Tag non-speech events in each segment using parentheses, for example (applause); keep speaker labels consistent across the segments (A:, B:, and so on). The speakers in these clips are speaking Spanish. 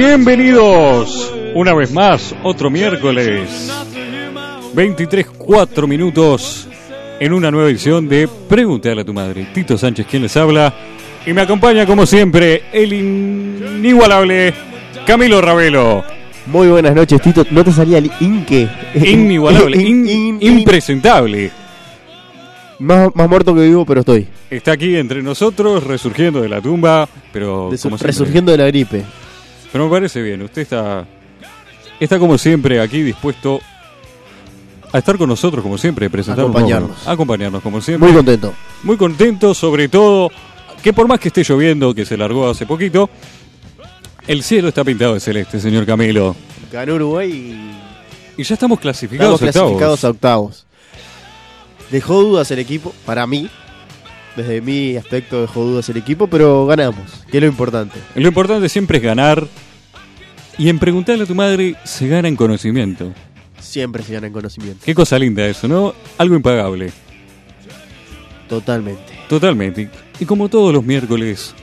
A: Bienvenidos una vez más, otro miércoles, 23, 4 minutos, en una nueva edición de Pregúntale a tu madre. Tito Sánchez, quien les habla, y me acompaña como siempre el inigualable Camilo
B: (laughs)
A: Ravelo.
B: Muy buenas noches, Tito. ¿No te salía el inque?
A: Inigualable,
B: (laughs)
A: in-
B: In- in- in-
A: impresentable.
B: Más, más muerto que vivo, pero estoy.
A: Está aquí entre nosotros, resurgiendo de la tumba, pero
B: Desu-
A: como siempre.
B: resurgiendo de la gripe.
A: Pero me parece bien, usted está, está como siempre aquí dispuesto a estar con nosotros como siempre, presentar un
B: Acompañarnos.
A: programa. acompañarnos como siempre.
B: Muy
A: Muy,
B: contento.
A: contento sobre todo que por más que esté lloviendo, que se largó hace poquito, el cielo está pintado de celeste, señor Camilo.
B: Ganó Uruguay y
A: Y ya estamos clasificados,
B: estamos clasificados
A: octavos.
B: a octavos. Dejó dudas el equipo, para mí. Desde mi aspecto dejó dudas el equipo, pero ganamos, que es lo importante.
A: Lo importante siempre es ganar. Y en preguntarle a tu madre se gana en conocimiento.
B: Siempre se gana en conocimiento.
A: Qué cosa linda eso, ¿no? Algo impagable.
B: Totalmente.
A: Totalmente. Y como todos los miércoles,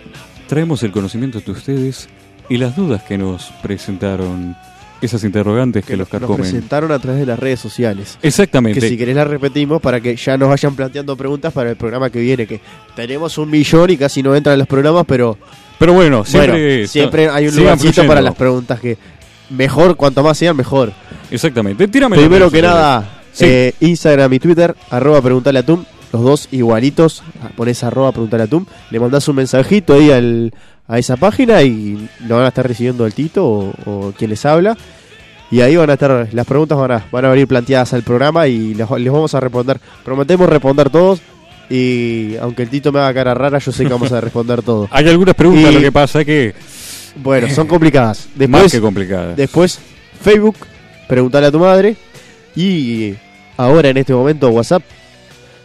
A: traemos el conocimiento de ustedes y las dudas que nos presentaron, esas interrogantes que, los
B: Nos
A: carcomen.
B: presentaron a través de las redes sociales. Que
A: Exactamente.
B: si querés la repetimos para que ya nos vayan planteando preguntas para el programa que viene, que tenemos un millón y casi no entran en los programas, pero
A: Pero bueno, siempre,
B: bueno, siempre hay un
A: sigan
B: lugarcito
A: fluyendo.
B: para las preguntas que mejor, cuanto más sean, mejor.
A: Exactamente. Tírame las
B: Primero
A: redes
B: que
A: sociales.
B: nada,
A: Sí.
B: eh, Instagram y Twitter, arroba preguntale a Tum, los dos igualitos, pones arroba preguntale a Tum, le mandás un mensajito ahí al- a esa página y lo van a estar recibiendo el Tito o, o quien les habla. Y ahí van a estar, las preguntas van a, van a venir planteadas al programa y las- les vamos a responder. Prometemos responder todos y aunque el Tito me haga cara rara, yo sé que vamos a
A: (laughs)
B: responder todo.
A: Hay algunas preguntas,
B: Y-
A: lo que pasa que
B: Bueno, son complicadas.
A: más
B: Después,
A: que complicadas.
B: Después, Facebook, preguntarle a tu madre. Y ahora en este momento, WhatsApp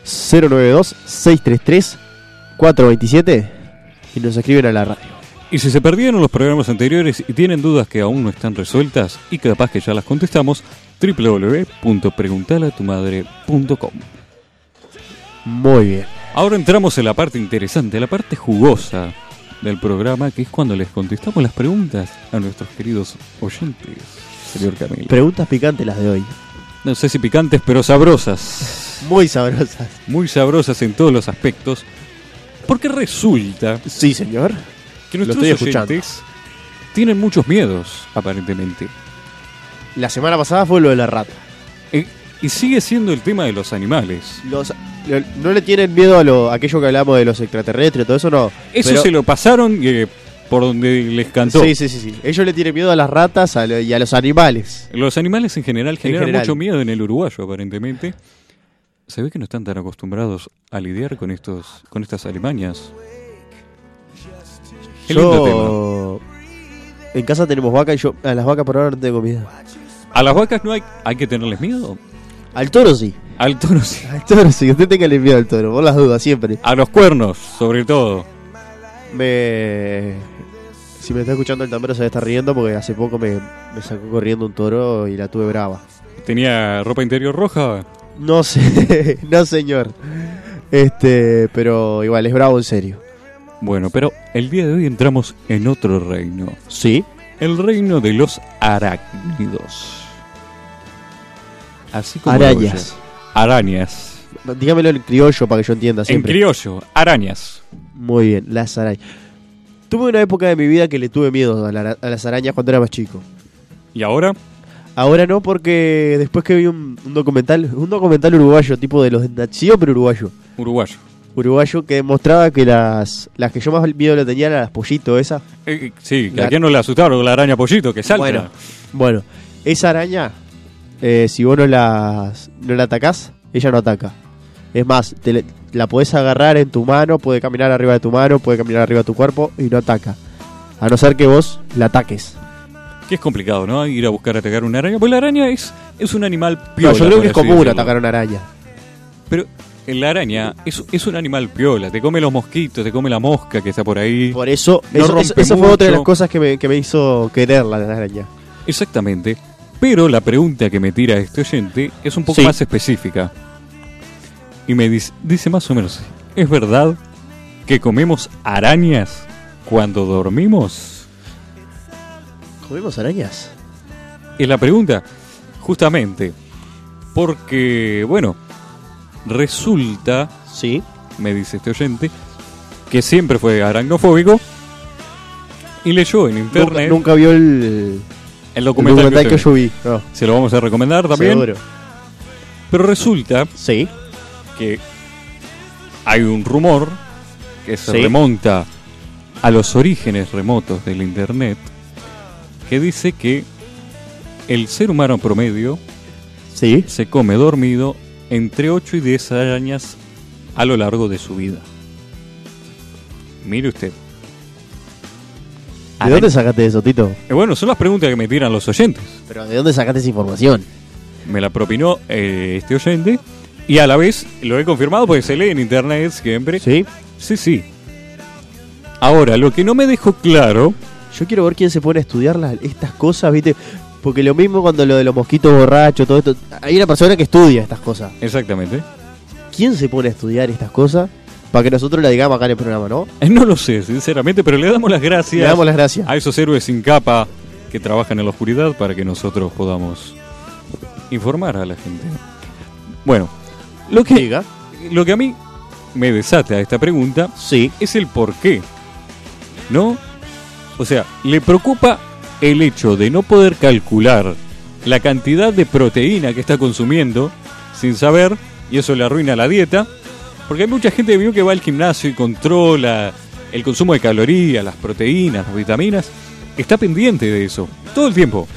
B: 092-633-427. Y nos escriben a la radio.
A: Y si se perdieron los programas anteriores y tienen dudas que aún no están resueltas y capaz que ya las contestamos, www.preguntalatumadre.com.
B: Muy bien.
A: Ahora entramos en la parte interesante, la parte jugosa del programa, que es cuando les contestamos las preguntas a nuestros queridos oyentes, señor Camilo.
B: Preguntas picantes las de hoy.
A: No sé si picantes, pero sabrosas.
B: Muy sabrosas.
A: Muy sabrosas en todos los aspectos. Porque resulta
B: Sí, señor.
A: que
B: Lo
A: nuestros
B: estoy escuchando.
A: oyentes tienen muchos miedos, aparentemente.
B: La semana pasada fue lo de la rata.
A: E- Y sigue siendo el tema de los animales.
B: Los, lo- no le tienen miedo a, lo, a aquello que hablamos de los extraterrestres, todo eso no.
A: Eso
B: Pero-
A: se lo pasaron eh, por donde les cantó.
B: Sí, sí, sí, sí. Ellos le tienen miedo a las ratas a lo- y a los animales.
A: Los animales en general generan
B: general.
A: mucho miedo en el uruguayo, aparentemente. Se ve que no están tan acostumbrados a lidiar con estos, con estas alimañas. Qué lindo tema.
B: Yo... En casa tenemos vaca y yo a las vacas por ahora no tengo miedo.
A: A las vacas no hay, hay que tenerles miedo.
B: Al toro sí.
A: Al toro sí.
B: Al toro sí. Usted tenga miedo al toro, por las dudas, siempre.
A: A los cuernos, sobre todo.
B: Me... Si me está escuchando el tambero se está riendo porque hace poco me, me sacó corriendo un toro y la tuve brava.
A: Tenía ropa interior roja.
B: No sé, (laughs) no señor. Este, pero igual es bravo en serio.
A: Bueno, pero el día de hoy entramos en otro reino.
B: Sí.
A: El reino de los arácnidos. Así como lo
B: Arañas.
A: oye. Arañas.
B: Dígamelo en criollo para que yo entienda siempre.
A: En criollo, arañas.
B: Muy bien, las arañas. Tuve una época de mi vida que le tuve miedo a, la- a las arañas cuando era más chico.
A: Y ahora,
B: Ahora no, porque después que vi un, un documental, un documental uruguayo, tipo de los de Nació, pero uruguayo.
A: uruguayo.
B: Uruguayo que demostraba que las, las que yo más miedo le tenía eran las pollito esas.
A: Eh, eh, sí, que
B: La-
A: a quién no le asustaron la araña pollito que salta.
B: Bueno, bueno, esa araña, eh, si vos no, las, no la atacás, ella no ataca. Es más, te le- la podés agarrar en tu mano, puede caminar arriba de tu mano, puede caminar arriba de tu cuerpo y no ataca. A no ser que vos la ataques.
A: Que es complicado, ¿no? Ir a buscar atacar una araña. Pues la araña es, es un animal
B: No,
A: piola.
B: yo creo
A: por
B: que es
A: así
B: común
A: decirlo.
B: atacar a una araña.
A: Pero eh, la araña es, es un animal piola. Te come los mosquitos, te come la mosca que está por ahí.
B: Por eso,
A: No
B: eso,
A: rompe
B: eso- eso fue otra de las
A: mucho.
B: cosas que me, que me hizo quererla, la araña.
A: Exactamente. Pero la pregunta que me tira este oyente es un poco
B: Sí.
A: más específica. Y me dice, dice más o menos, ¿es verdad que comemos arañas cuando dormimos?
B: ¿Comemos arañas?
A: Es la pregunta, justamente, porque, bueno, resulta,
B: Sí.
A: me dice este oyente, que siempre fue aracnofóbico y leyó en
B: Nunca,
A: internet
B: nunca vio el,
A: el
B: el
A: documental,
B: documental
A: que
B: que
A: usted
B: yo vi. No,
A: ve. Se lo vamos a recomendar también.
B: seguro.
A: Pero resulta
B: Sí.
A: que hay un rumor que se
B: Sí.
A: remonta a los orígenes remotos del Internet que dice que el ser humano promedio
B: Sí.
A: se come dormido entre 8 y 10 arañas a lo largo de su vida. Mire usted.
B: ¿De dónde sacaste eso, Tito?
A: Eh, Bueno, son las preguntas que me tiran los oyentes.
B: Pero ¿de dónde sacaste esa información?
A: Me la propinó eh, este oyente y a la vez lo he confirmado porque se lee en internet siempre.
B: Sí.
A: Sí, sí. Ahora, lo que no me dejó claro,
B: Yo quiero ver quién se pone a estudiar las- estas cosas, ¿viste? Porque lo mismo cuando lo de los mosquitos borrachos, todo esto. Hay una persona que estudia estas cosas.
A: exactamente, (laughs)
B: ¿Quién se pone a estudiar estas cosas? Para que nosotros la digamos acá en el programa, ¿no?
A: eh, no lo sé, sinceramente, pero le damos las gracias
B: Le damos las gracias.
A: a esos héroes sin capa que trabajan en la oscuridad para que nosotros podamos informar a la gente. Bueno, lo que,
B: Diga.
A: lo que a mí me desata esta pregunta
B: Sí.
A: es el por qué, ¿no? O sea, le preocupa el hecho de no poder calcular la cantidad de proteína que está consumiendo sin saber, y eso le arruina la dieta, porque hay mucha gente que vio que va al gimnasio y controla el consumo de calorías, las proteínas, las vitaminas, está pendiente de eso, todo el tiempo.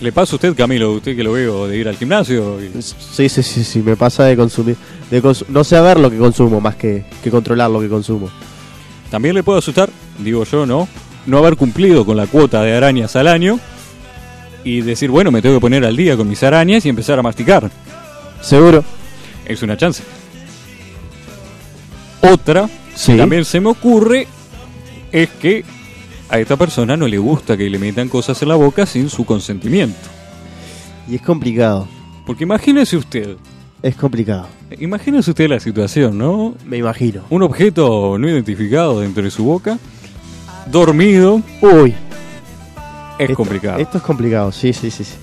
A: Le pasa a usted, Camilo, usted que lo veo de ir al gimnasio. y-
B: Sí, sí, sí, sí, me pasa de consumir. De consu- no saber lo que consumo más que, que controlar lo que consumo.
A: También le puede asustar, digo yo, ¿no? No haber cumplido con la cuota de arañas al año y decir, bueno, me tengo que poner al día con mis arañas y empezar a masticar.
B: Seguro.
A: Es una chance. Otra,
B: Sí.
A: que también se me ocurre, es que a esta persona no le gusta que le metan cosas en la boca sin su consentimiento.
B: Y es complicado.
A: Porque imagínese usted,
B: Es complicado.
A: imagínese usted la situación, ¿no?
B: Me imagino.
A: Un objeto no identificado dentro de su boca, dormido,
B: Uy.
A: es
B: esto-
A: complicado.
B: Esto es complicado, sí, sí, sí. sí.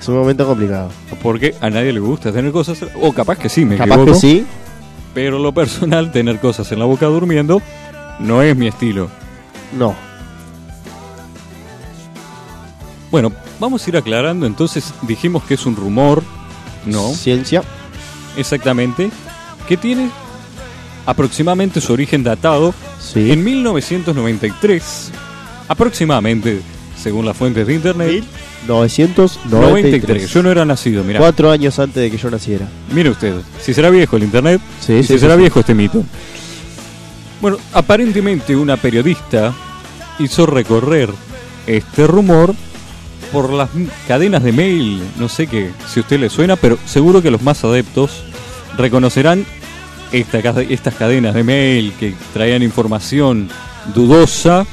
B: Es un momento complicado.
A: Porque a nadie le gusta tener cosas. O capaz que sí, me
B: Capaz
A: equivoco.
B: que sí.
A: Pero lo personal, tener cosas en la boca durmiendo no es mi estilo.
B: No.
A: Bueno, vamos a ir aclarando. Entonces, dijimos que es un rumor. No,
B: Ciencia.
A: exactamente. Que tiene aproximadamente su origen datado
B: Sí.
A: en 1993. Aproximadamente, según las fuentes de internet. 93.
B: 1993.
A: Yo no era nacido, mira.
B: Cuatro años antes de que yo naciera.
A: Mire usted, si será viejo el internet,
B: Sí,
A: y
B: sí,
A: si
B: sí,
A: será
B: sí.
A: viejo este mito. Bueno, aparentemente una periodista hizo recorrer este rumor por las m- cadenas de mail, no sé qué, si a usted le suena, pero seguro que los más adeptos reconocerán esta ca- estas cadenas de mail que traían información dudosa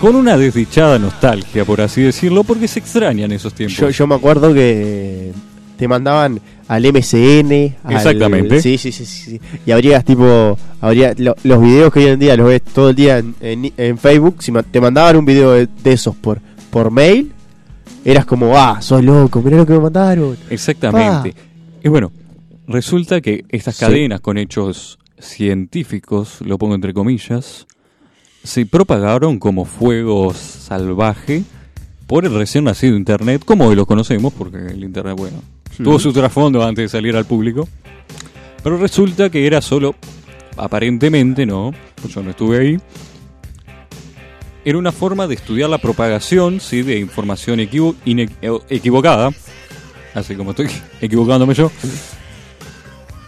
A: con una desdichada nostalgia, por así decirlo, porque se extrañan esos tiempos.
B: Yo, yo me acuerdo que te mandaban al MCN. al-
A: Exactamente.
B: Sí, sí, sí, sí, sí. Y abrías tipo. Abrías, lo- los videos que hoy en día los ves todo el día en, en- en Facebook. Si ma- te mandaban un video de, de esos por, por mail, eras como, ah, sos loco, mirá lo que me mandaron.
A: Exactamente. Y bueno, resulta que estas
B: Sí.
A: cadenas con hechos científicos, lo pongo entre comillas, se propagaron como fuego salvaje por el recién nacido Internet, como hoy lo conocemos, porque el Internet, bueno, tuvo su trasfondo antes de salir al público. Pero resulta que era solo, aparentemente, no, pues yo no estuve ahí. Era una forma de estudiar la propagación, sí, de información equivo- ine- eh, equivocada, así como estoy (laughs) equivocándome yo,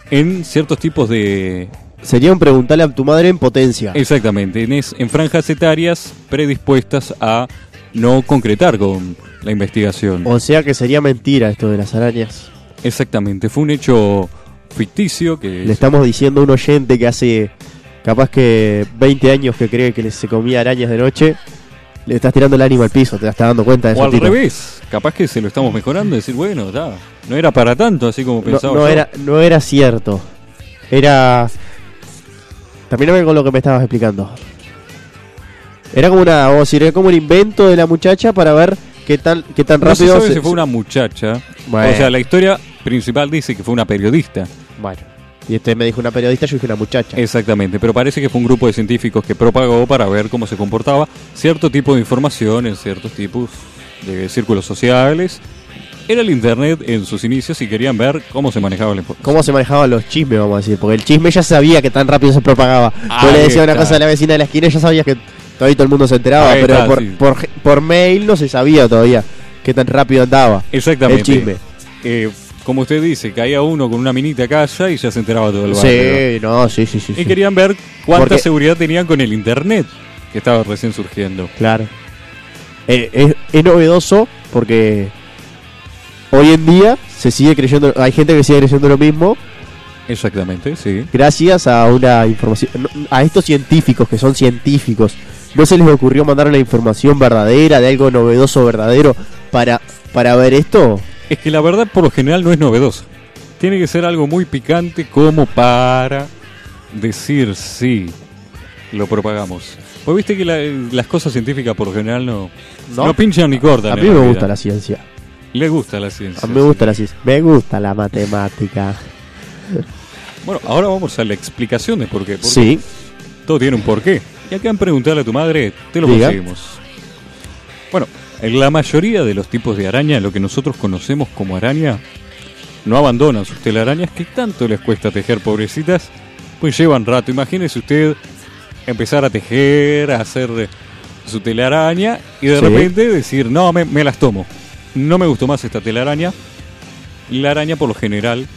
A: en ciertos tipos de...
B: Sería un preguntarle a tu madre en potencia.
A: Exactamente, en, es- en franjas etarias predispuestas a no concretar con la investigación.
B: O sea que sería mentira esto de las arañas.
A: Exactamente, fue un hecho ficticio que...
B: Le estamos diciendo a un oyente que hace capaz que 20 años que cree que le- se comía arañas de noche. Le estás tirando el ánimo al piso, te la estás dando cuenta de
A: O
B: eso.
A: al
B: Tito.
A: revés, capaz que se lo estamos mejorando, decir, bueno, ta, no era para tanto, así como
B: No,
A: pensaba
B: no
A: yo.
B: era, no era cierto. Era Terminame con lo que me estabas explicando. Era como una, vamos a decir, era como un invento de la muchacha para ver qué tan, qué tan
A: No se
B: rápido.
A: sabe
B: se-
A: si fue una muchacha.
B: Bueno.
A: O sea, la historia principal dice que fue una periodista.
B: Bueno. Y este me dijo una periodista, yo dije una muchacha.
A: Exactamente, pero parece que fue un grupo de científicos que propagó para ver cómo se comportaba cierto tipo de información en ciertos tipos de círculos sociales. Era el internet en sus inicios y querían ver cómo se manejaba el información.
B: ¿Cómo se manejaban los chismes, vamos a decir? Porque el chisme ya sabía que tan rápido se propagaba. Tú
A: Ahí
B: le decías una
A: está.
B: cosa a la vecina de la esquina, ya sabías que todavía todo el mundo se enteraba,
A: Ahí
B: pero
A: está,
B: por,
A: sí.
B: por, por mail no se sabía todavía qué tan rápido andaba el
A: Exactamente.
B: chisme.
A: Eh, como usted dice, caía uno con una minita a casa y ya se enteraba todo el barrio.
B: Sí, no, sí, sí, sí.
A: Y
B: sí.
A: querían ver cuánta
B: Porque-
A: seguridad tenían con el internet que estaba recién surgiendo.
B: Claro. Eh, es, es novedoso porque hoy en día se sigue creyendo, hay gente que sigue creyendo lo mismo
A: Exactamente, sí.
B: gracias a una información, no- a estos científicos que son científicos. No se les ocurrió mandar una información verdadera de algo novedoso verdadero para para ver esto.
A: Es que la verdad por lo general no es novedosa. Tiene que ser algo muy picante como para decir sí, lo propagamos. Pues viste que la- las cosas científicas por lo general no,
B: No.
A: no. pinchan ni cortan.
B: A
A: en
B: mí me
A: realidad.
B: gusta la ciencia.
A: Le gusta la ciencia.
B: A mí me gusta la ciencia. Me gusta la matemática.
A: sí. Bueno, ahora vamos a la explicación de por qué. porque
B: Sí.
A: Todo tiene un porqué. Y acá en Preguntarle a tu Madre te lo
B: Diga.
A: conseguimos. Bueno, en la mayoría de los tipos de araña, lo que nosotros conocemos como araña, no abandonan sus telarañas que tanto les cuesta tejer, pobrecitas, pues llevan rato. Imagínese usted empezar a tejer, a hacer eh, su telaraña y de
B: Sí.
A: repente decir, no, me, me las tomo. No me gustó más esta telaraña. La araña por lo general,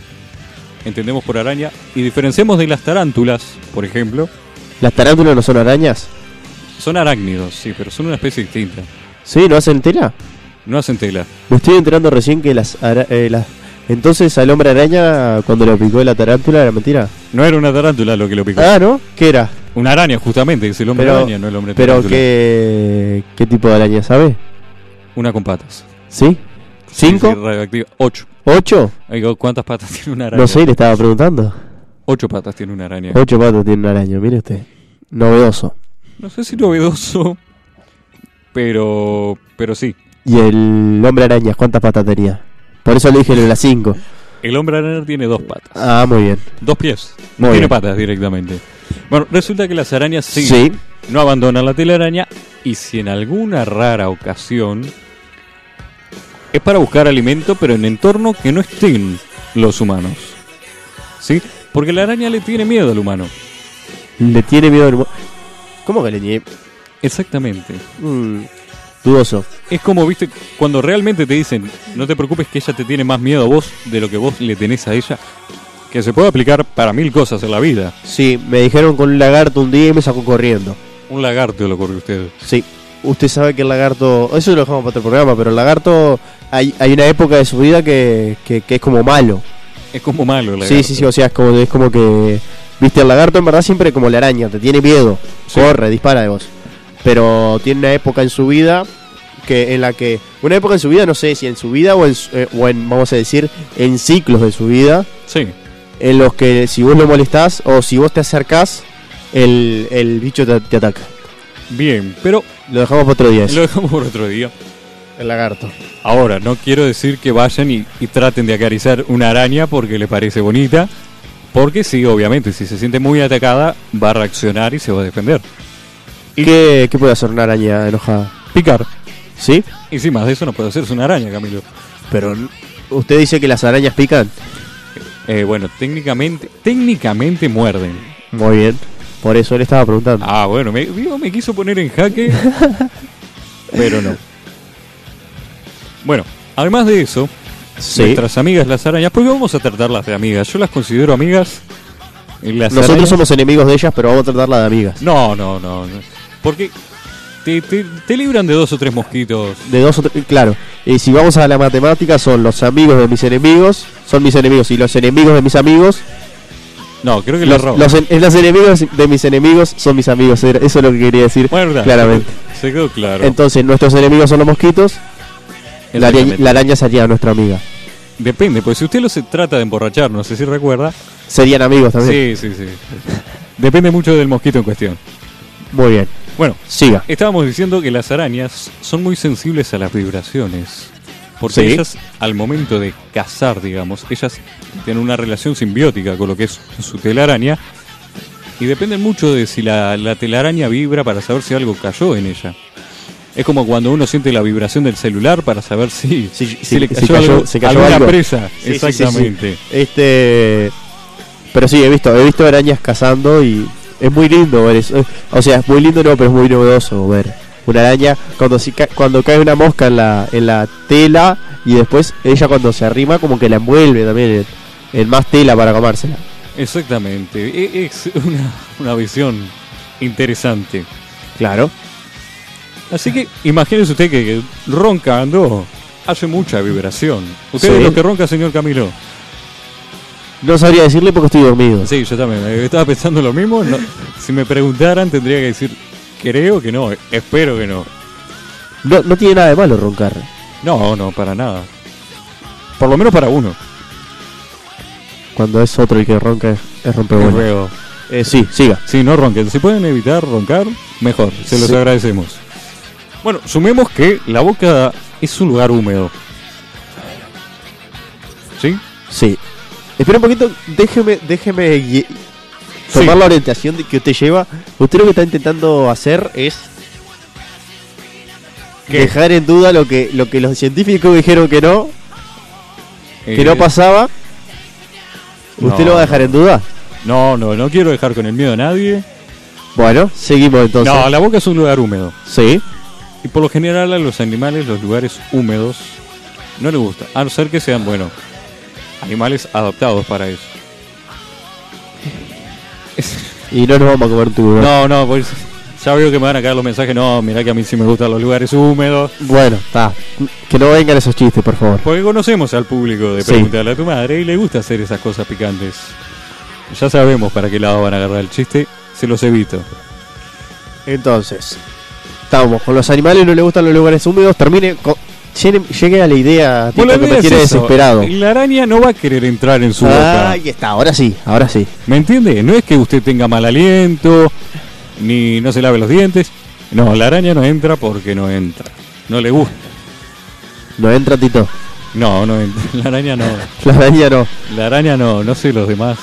A: entendemos por araña, y diferenciamos de las tarántulas, por ejemplo,
B: ¿Las tarántulas no son arañas?
A: son arácnidos, sí, pero son una especie distinta.
B: Sí, ¿no hacen tela?
A: No hacen tela.
B: Me estoy enterando recién que las, ara- eh, las- Entonces al hombre araña cuando lo picó la tarántula era mentira.
A: No era una tarántula lo que lo picó.
B: Ah, ¿no? ¿Qué era?
A: Una araña, justamente, es el hombre araña, no el hombre
B: pero
A: tarántula.
B: qué, qué tipo de araña, ¿sabe?
A: Una con patas.
B: ¿Sí?
A: Sí, sí,
B: ¿Cinco?
A: radioactiva. Ocho.
B: ¿Ocho?
A: Ay, ¿Cuántas patas (laughs) tiene una araña?
B: No sé, le estaba preguntando.
A: Ocho patas tiene una araña.
B: Ocho patas tiene una araña, mire usted. Novedoso.
A: No sé si novedoso, pero, pero sí.
B: ¿Y el hombre araña cuántas patas tenía? Por eso le dije lo de las cinco.
A: El hombre araña tiene dos patas.
B: Ah, muy bien.
A: Dos pies. No
B: Muy
A: tiene
B: bien.
A: patas directamente. Bueno, resulta que las arañas sí,
B: Sí.
A: no abandonan la telaraña y si en alguna rara ocasión es para buscar alimento pero en entorno que no estén los humanos. ¿Sí? Porque la araña le tiene miedo al humano.
B: Le tiene miedo al... mu- ¿Cómo que le tiene...?
A: Exactamente.
B: Mm, dudoso.
A: Es como, viste, cuando realmente te dicen, no te preocupes que ella te tiene más miedo a vos de lo que vos le tenés a ella, que se puede aplicar para mil cosas en la vida.
B: Sí, me dijeron con un lagarto un día y me sacó corriendo.
A: Un lagarto lo corre usted.
B: Sí. Usted sabe que el lagarto, eso lo dejamos para otro programa, pero el lagarto hay, hay una época de su vida que, que- que es como malo.
A: Es como malo el lagarto.
B: Sí, sí, sí, o sea, es como, es como que, viste, el lagarto en verdad siempre como la araña, te tiene miedo,
A: Sí.
B: corre, dispara de vos. Pero tiene una época en su vida que en la que, una época en su vida, no sé si en su vida o en, su- eh, o en vamos a decir, en ciclos de su vida,
A: Sí,
B: en los que si vos lo molestás o si vos te acercás, el, el bicho te, te ataca.
A: bien, pero
B: Lo dejamos para otro día, eso.
A: lo dejamos por otro día.
B: el lagarto.
A: Ahora, no quiero decir que vayan y, y traten de acariciar una araña porque le parece bonita, porque sí, obviamente, si se siente muy atacada, va a reaccionar y se va a defender.
B: ¿Y qué, qué puede hacer una araña enojada?
A: Picar.
B: ¿Sí?
A: Y sin más de eso no puede hacerse una araña, Camilo.
B: Pero usted dice que las arañas pican.
A: Eh, bueno, técnicamente, técnicamente muerden.
B: Muy bien. Por eso le estaba preguntando.
A: Ah, bueno, me, digo, me quiso poner en
B: (laughs)
A: jaque, pero no. Bueno, además de eso,
B: sí.
A: nuestras amigas las arañas, porque vamos a tratarlas de amigas. Yo las considero amigas. eh, Las
B: Nosotros
A: arañas-
B: somos enemigos de ellas, pero vamos a tratarla de amigas.
A: No, no, no. no. Porque te, te- te libran de dos o tres mosquitos.
B: De dos o tres, claro. Y si vamos a la matemática, son los amigos de mis enemigos, son mis enemigos. Y los enemigos de mis amigos,
A: No, creo que
B: los,
A: los roban.
B: los en- eh, los enemigos de mis enemigos son mis amigos. Era- Eso es lo que quería decir
A: Bueno, verdad,
B: claramente.
A: Se quedó claro.
B: Entonces, nuestros enemigos son los mosquitos, la araña,
A: Exactamente.
B: la araña sería nuestra amiga.
A: Depende, porque si usted lo se trata de emborrachar, no sé si recuerda.
B: Serían amigos también.
A: Sí, sí, sí. Depende mucho del mosquito en cuestión.
B: Muy bien.
A: Bueno,
B: Siga.
A: estábamos diciendo que las arañas son muy sensibles a las vibraciones. Porque
B: Sí.
A: ellas, al momento de cazar, digamos, ellas tienen una relación simbiótica con lo que es su telaraña. Y dependen mucho de si la, la telaraña vibra para saber si algo cayó en ella. Es como cuando uno siente la vibración del celular para saber si,
B: Si-
A: si
B: si-
A: le
B: si
A: cayó,
B: cayó-
A: algo-
B: se cayó
A: alguna
B: algo.
A: presa.
B: Sí, sí, sí, sí.
A: Exactamente.
B: Este. Pero sí, he visto, he visto arañas cazando y es muy lindo ver eso. O sea, es muy lindo, no, pero es muy novedoso ver una araña cuando si ca- cuando cae una mosca en la, en la tela y después ella cuando se arrima como que la envuelve también en, en más tela para comérsela.
A: Exactamente, E- es una, una visión interesante.
B: Claro.
A: Así que imagínense usted que, que roncando hace mucha vibración. Usted
B: Sí.
A: es lo que ronca, señor Camilo.
B: No sabría decirle porque estoy dormido.
A: Sí, yo también, eh, estaba pensando lo mismo. no- si me preguntaran tendría que decir, creo que no, espero que no.
B: No, no tiene nada de malo roncar.
A: No, no, para nada. Por lo menos para uno.
B: Cuando es otro el que ronca es, es rompehuevos.
A: Creo.
B: Eh, sí, siga.
A: Sí, no ronquen. Si pueden evitar roncar, mejor. Se los
B: Sí.
A: agradecemos. Bueno, sumemos que la boca es un lugar húmedo. ¿Sí?
B: Sí. Espera un poquito, déjeme, déjeme gui-
A: Sí.
B: tomar la orientación de que usted lleva. Usted lo que está intentando hacer es
A: ¿Qué?
B: dejar en duda lo que, lo que los científicos dijeron que no, que
A: Eh,
B: no pasaba. ¿Usted
A: no,
B: lo va a dejar en duda?
A: No, no, no quiero dejar con el miedo a nadie.
B: Bueno, seguimos entonces.
A: no, la boca es un lugar húmedo.
B: Sí,
A: Y por lo general a los animales los lugares húmedos no les gusta. A no ser que sean, bueno, animales adaptados para eso.
B: y no nos vamos a comer un tiburón.
A: No, no, pues ya veo que me van a caer los mensajes. No, mirá que a mí sí me gustan los lugares húmedos.
B: Bueno, está. Que no vengan esos chistes, por favor.
A: Porque conocemos al público de
B: Sí.
A: preguntarle a tu madre y le gusta hacer esas cosas picantes. Ya sabemos para qué lado van a agarrar el chiste, se los evito.
B: Entonces, estamos con los animales, no le gustan los lugares húmedos. Termine, con, llegue, llegue a la idea tipo,
A: Bueno,
B: que
A: la idea
B: me
A: es
B: tiene
A: eso.
B: desesperado.
A: La araña no va a querer entrar en su
B: Ah,
A: boca.
B: Ahí está, ahora sí, ahora sí.
A: ¿Me entiende? No es que usted tenga mal aliento, ni no se lave los dientes. No, la araña no entra porque no entra. No le gusta.
B: No entra Tito. (laughs)
A: No, no entra. (laughs) La araña no.
B: La araña no.
A: La araña no. No sé los demás.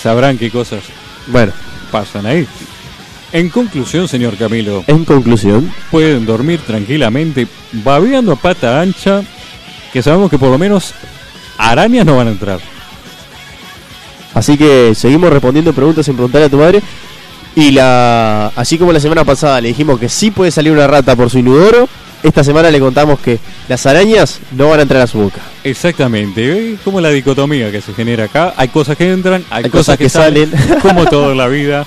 A: Sabrán qué cosas
B: Bueno,
A: pasan ahí. En conclusión, señor Camilo,
B: en conclusión,
A: pueden dormir tranquilamente babeando a pata ancha, que sabemos que por lo menos arañas no van a entrar.
B: así que seguimos respondiendo preguntas sin preguntarle a tu madre. Y la así como la semana pasada le dijimos que sí puede salir una rata por su inodoro, esta semana le contamos que las arañas no van a entrar a su boca.
A: Exactamente, ¿eh? como la dicotomía que se genera acá. Hay cosas que entran, hay,
B: Hay cosas que salen.
A: (laughs) como todo en la
B: (laughs)
A: vida.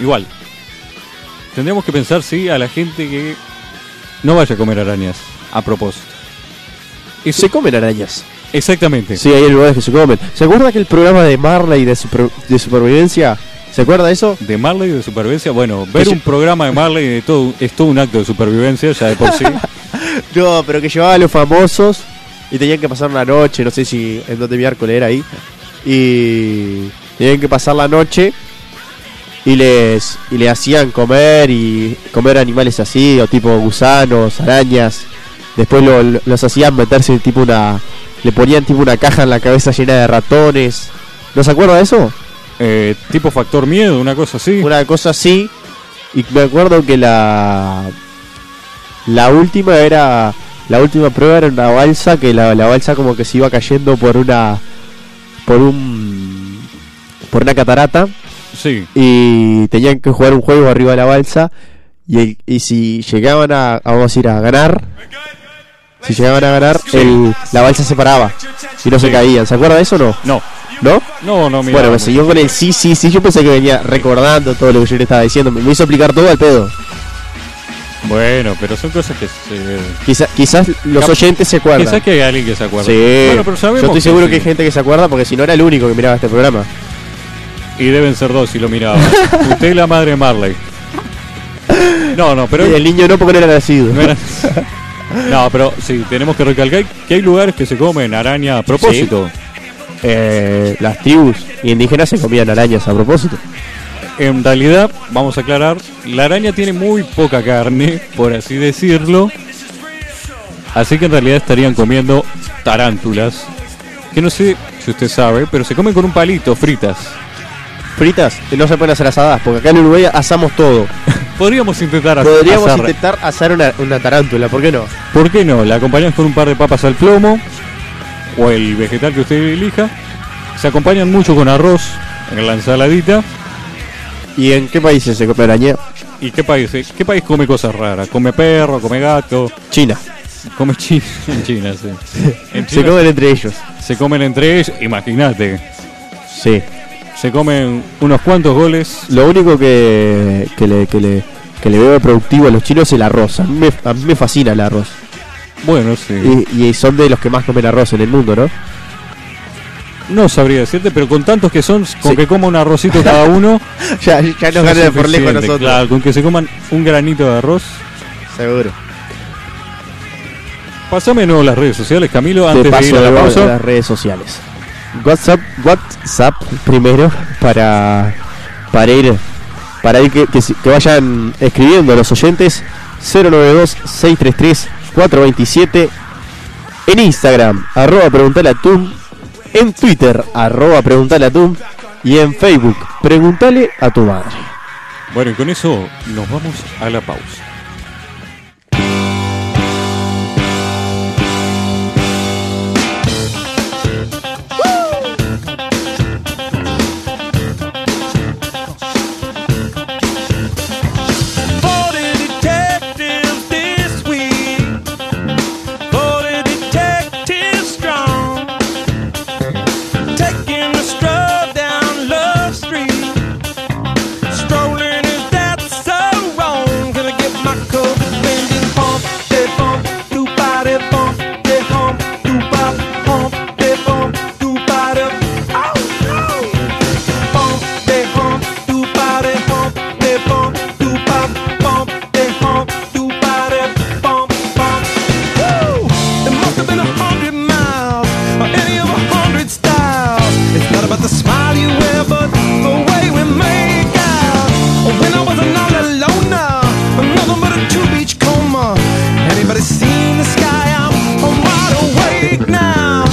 A: Igual, tendremos que pensar, sí, a la gente que no vaya a comer arañas, a propósito. Es-
B: Se comen arañas.
A: exactamente.
B: Sí, hay lugares que se comen. ¿Se acuerda que el programa de Marley de, super- de supervivencia? ¿Se acuerda eso?
A: De Marley de supervivencia, bueno, ver
B: yo-
A: un programa de Marley de todo, es todo un acto de supervivencia ya de por
B: (laughs)
A: sí.
B: No, pero que llevaba a los famosos y tenían que pasar una noche, no sé si en dónde miércoles era ahí. Y tenían que pasar la noche y les y le hacían comer y comer animales así, o tipo gusanos, arañas. Después lo- lo- los hacían meterse en tipo una. Le ponían tipo una caja en la cabeza llena de ratones. ¿No se acuerda de eso?
A: Eh, tipo factor miedo, una cosa así.
B: una cosa así. Y me acuerdo que la la última era la última prueba era una balsa que la, la balsa como que se iba cayendo por una por un por una catarata
A: Sí,
B: y tenían que jugar un juego arriba de la balsa y, el- y si llegaban a vamos a decir a ganar si llegaban a ganar el- la balsa se paraba y no se
A: Sí.
B: caían ¿se acuerda de eso o no?
A: no,
B: ¿no?
A: no, no, mira.
B: Bueno, me siguió con el sí, sí, sí. Yo pensé que venía recordando todo lo que yo le estaba diciendo. Me me hizo aplicar todo al pedo.
A: Bueno, pero son cosas que se
B: Quizá- quizás los
A: Cap-
B: oyentes se acuerdan.
A: Quizás que hay alguien que se acuerda.
B: Sí.
A: Bueno, pero sabemos
B: yo estoy seguro
A: sí.
B: que hay gente que se acuerda porque si no era el único que miraba este programa.
A: Y deben ser dos si lo
B: (laughs)
A: miraba. Usted y la madre de Marley. No, no, pero.
B: Y el niño no porque no era nacido.
A: No, era- (laughs) No, pero sí, tenemos que recalcar que hay lugares que se comen araña a propósito.
B: eh, las tribus indígenas se comían arañas a propósito.
A: En realidad, vamos a aclarar, la araña tiene muy poca carne, por así decirlo. Así que en realidad estarían comiendo tarántulas. Que no sé si usted sabe, pero se comen con un palito, fritas.
B: Fritas eh, no se pueden hacer asadas, porque acá en Uruguay asamos todo.
A: Podríamos intentar hacer.
B: Podríamos intentar asar una, una tarántula, ¿por qué no?
A: ¿Por qué no? La acompañas con un par de papas al plomo o el vegetal que usted elija. Se acompañan mucho con arroz en la ensaladita.
B: ¿Y en qué países se come araña?
A: ¿Y qué país? eh? ¿Qué país come cosas raras? Come perro, come gato,
B: China.
A: come china. (laughs) En China, sí. En
B: Se
A: China
B: comen entre ellos.
A: se comen entre ellos, imagínate.
B: Sí.
A: Se comen unos cuantos goles.
B: Lo único que, que, le, que, le, que le veo de productivo a los chinos es el arroz. A mí me, a mí me fascina el arroz.
A: Bueno, sí.
B: Y, y son de los que más comen arroz en el mundo, ¿no?
A: No sabría decirte, pero con tantos que son, con
B: Sí.
A: que coma un arrocito cada
B: (laughs)
A: uno.
B: (laughs) ya, ya
A: ya es
B: nos ganan de por lejos
A: suficiente.
B: nosotros.
A: Claro, con que se coman un granito de arroz.
B: Seguro.
A: Pásame de nuevo las redes sociales, Camilo,
B: Te
A: antes de ir
B: paso
A: a la
B: luego
A: pausa.
B: las redes sociales. WhatsApp, WhatsApp primero para, para ir para ir que, que si- que vayan escribiendo a los oyentes 092 633 427 en Instagram arroba preguntale a Tum en Twitter arroba preguntale a Tum y en Facebook preguntale a tu madre.
A: Bueno, y con eso nos vamos a la pausa.
C: Forty detectives this week. Forty detectives strong. Taking a stroll down Love Street. Strolling is that so wrong? Gonna get my coat bending pump, they bump, do body bump, they hump, do bop, hump, they bump, do body. Oh, oh. Bump, they hump, do body, hump, they bump, do bop, bump, they hump, do body, bump, bump. Woo! It must have been a hundred miles, or any of a hundred styles. It's not about the smile you wear, but the way we make out. When I was an all alone, uh, nothing but a two beach coma. Anybody seen the sky? I'm, I'm wide awake now.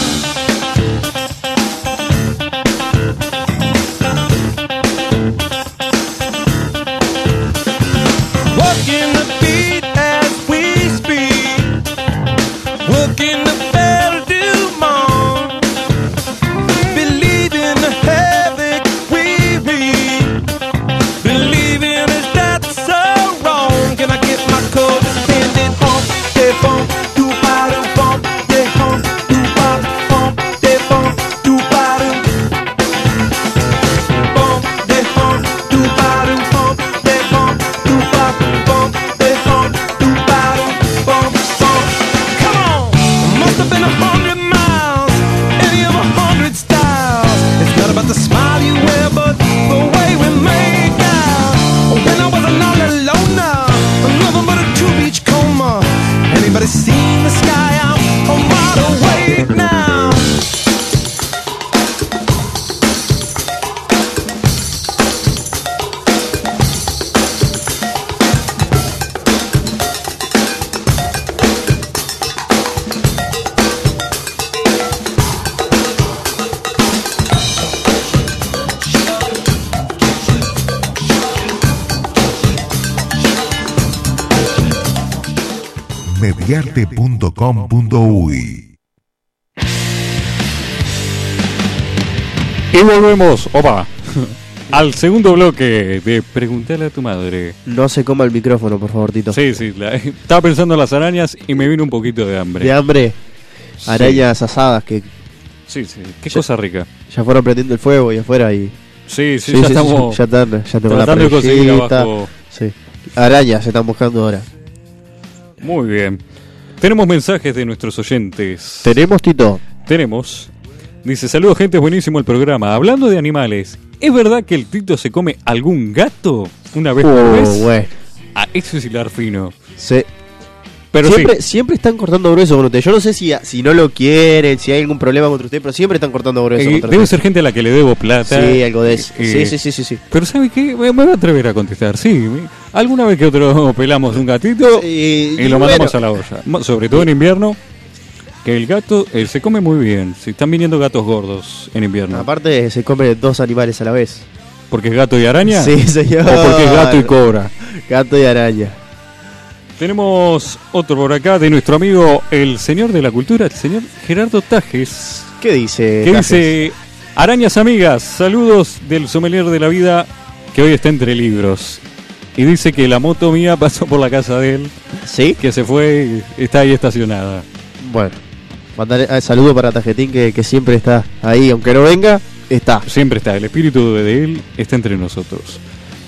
C: Working the beat as we speak. Working the bell do mom. Believe in the havoc we read. Believing is that so wrong? Can I get my coat bended? Bump, they bump, do bottom, bump, they bump, do bop, bump, they bump, do bottom. Bump, they bump, do bottom, bump, they bump, do bop, bump, they bump, do bottom, bump, bump. Come on! Must have been a hundred miles, any of a hundred styles. It's not about the smile you wear, but the way we make out. When I was an all alone, nothing but a two beach coma. Anybody seen the sky? I'm, I'm wide awake now.
D: mediarte.com.uy
A: Y volvemos,
B: (laughs)
A: opa, al segundo bloque de Preguntarle a tu madre.
B: No se coma el micrófono, por favor, Tito.
A: Sí, sí, la- estaba pensando en las arañas y me vino un poquito de hambre.
B: De hambre, arañas asadas que
A: Sí, sí, qué
B: Ya-
A: cosa rica.
B: ya fueron prendiendo el fuego y afuera y
A: Sí, sí,
B: Sí,
A: ya
B: sí, sí,
A: estamos
B: ya están, ya tengo la
A: tratando de conseguir
B: parrillita,
A: abajo.
B: sí. Arañas se están buscando ahora.
A: Muy bien. Tenemos mensajes de nuestros oyentes.
B: Tenemos Tito.
A: Tenemos. Dice, saludos gente, es buenísimo el programa. Hablando de animales, ¿es verdad que el Tito se come algún gato una vez por
B: Oh,
A: mes?
B: güey.
A: Ah, eso es hilar fino.
B: Sí.
A: Pero
B: siempre,
A: sí,
B: siempre están cortando grueso con usted. Yo no sé si, si no lo quieren, si hay algún problema contra usted, pero siempre están cortando grueso
A: eh,
B: contra
A: debe
B: usted.
A: ser gente a la que le debo plata.
B: Sí, algo de eso.
A: Eh,
B: Sí, sí, sí, sí, sí.
A: Pero ¿sabe qué? Me, me voy a atrever a contestar, sí. me- Alguna vez que otro (laughs) pelamos un gatito
B: Sí,
A: eh, y lo
B: bueno.
A: mandamos a la olla. Mo- Sobre todo en invierno, que el gato eh, se come muy bien. Si están viniendo gatos gordos en invierno.
B: Aparte se come dos animales a la vez.
A: ¿Porque es gato y araña?
B: Sí, señor.
A: ¿O porque es gato y cobra?
B: Gato y araña.
A: Tenemos otro por acá de nuestro amigo, el señor de la cultura, el señor Gerardo Tajes.
B: ¿Qué dice?
A: que
B: Tajes?
A: dice, arañas amigas, saludos del sommelier de la vida que hoy está entre libros. Y dice que la moto mía pasó por la casa de él,
B: ¿Sí?
A: que se fue y está ahí estacionada.
B: Bueno. Mandale, ah, saludo para Tajetín que, que siempre está ahí. Aunque no venga, está.
A: Siempre está, el espíritu de él está entre nosotros.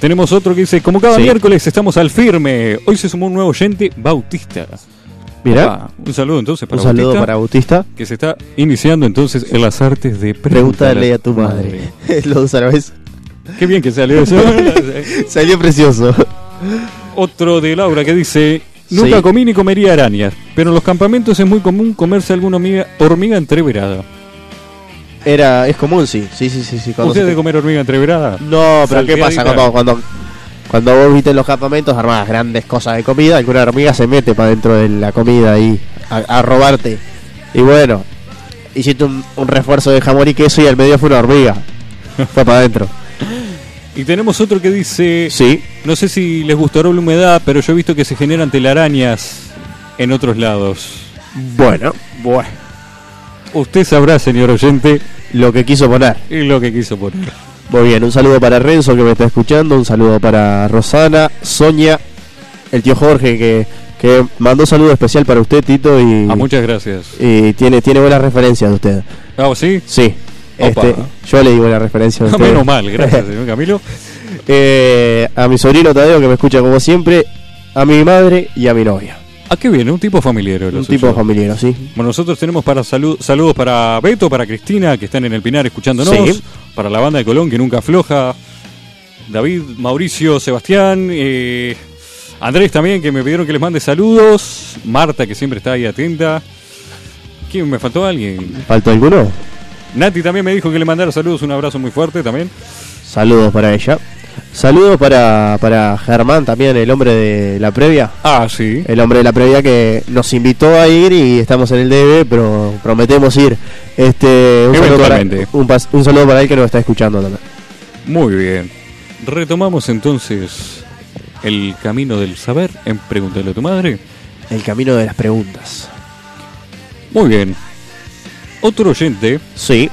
A: Tenemos otro que dice, como cada
B: Sí.
A: miércoles estamos al firme, hoy se sumó un nuevo oyente, Bautista.
B: Mirá.
A: Opa, un saludo entonces para
B: Un saludo
A: Bautista,
B: para Bautista.
A: que se está iniciando entonces en las artes de
B: Pregúntale a tu madre. (laughs) lo usa la vez.
A: Qué bien que salió eso.
B: (laughs) Salió precioso.
A: Otro de Laura que dice: Nunca
B: Sí.
A: comí ni comería arañas, pero en los campamentos es muy común comerse alguna hormiga, hormiga entreverada.
B: Era, es común, sí. Sí, sí, sí. sí. cuando
A: ¿Usted
B: se-
A: de comer hormiga entreverada?
B: No, pero ¿qué
A: Salteadita.
B: pasa cuando, cuando, cuando vos viste en los campamentos armadas grandes cosas de comida? Alguna hormiga se mete para dentro de la comida ahí a, a robarte. Y bueno, hiciste un, un refuerzo de jamón y queso y al medio fue una hormiga. Fue
A: (laughs)
B: para adentro.
A: Y tenemos otro que dice:
B: Sí.
A: No sé si les gustará la humedad, pero yo he visto que se generan telarañas en otros lados.
B: Bueno, bueno.
A: Usted sabrá, señor oyente,
B: Lo que quiso poner.
A: y lo que quiso poner.
B: Muy bien, un saludo para Renzo que me está escuchando, un saludo para Rosana, Sonia, el tío Jorge que, que mandó un saludo especial para usted, Tito, y,
A: Ah, muchas gracias.
B: y tiene, tiene buenas referencias de usted.
A: Ah, ¿sí?
B: Sí.
A: Opa.
B: Este, yo le digo la referencia. a
A: (laughs)
B: ustedes.
A: Menos mal, gracias, señor Camilo.
B: (laughs) Eh, a mi sobrino Tadeo, que me escucha como siempre, a mi madre y a mi novia.
A: ¿A qué viene? Un tipo familiar. lo
B: Un
A: suyo.
B: tipo familiar, sí.
A: Bueno, nosotros tenemos para salu- saludos para Beto, para Cristina, que están en el Pinar escuchándonos,
B: Sí.
A: para la banda de Colón, que nunca afloja, David, Mauricio, Sebastián, eh, Andrés también, que me pidieron que les mande saludos, Marta, que siempre está ahí atenta. ¿Quién me faltó alguien?
B: ¿Faltó alguno?
A: Nati también me dijo que le mandara saludos, un abrazo muy fuerte también.
B: Saludos para ella. Saludos para, para Germán también, el hombre de la previa.
A: Ah, sí.
B: El hombre de la previa que nos invitó a ir y estamos en el DB, pero prometemos ir. Este, un, saludo para,
A: Eventualmente.
B: un pas- un saludo para él que nos está escuchando también.
A: Muy bien. Retomamos entonces el camino del saber en Pregúntale a tu madre.
B: El camino de las preguntas.
A: Muy bien. Otro oyente
B: Sí.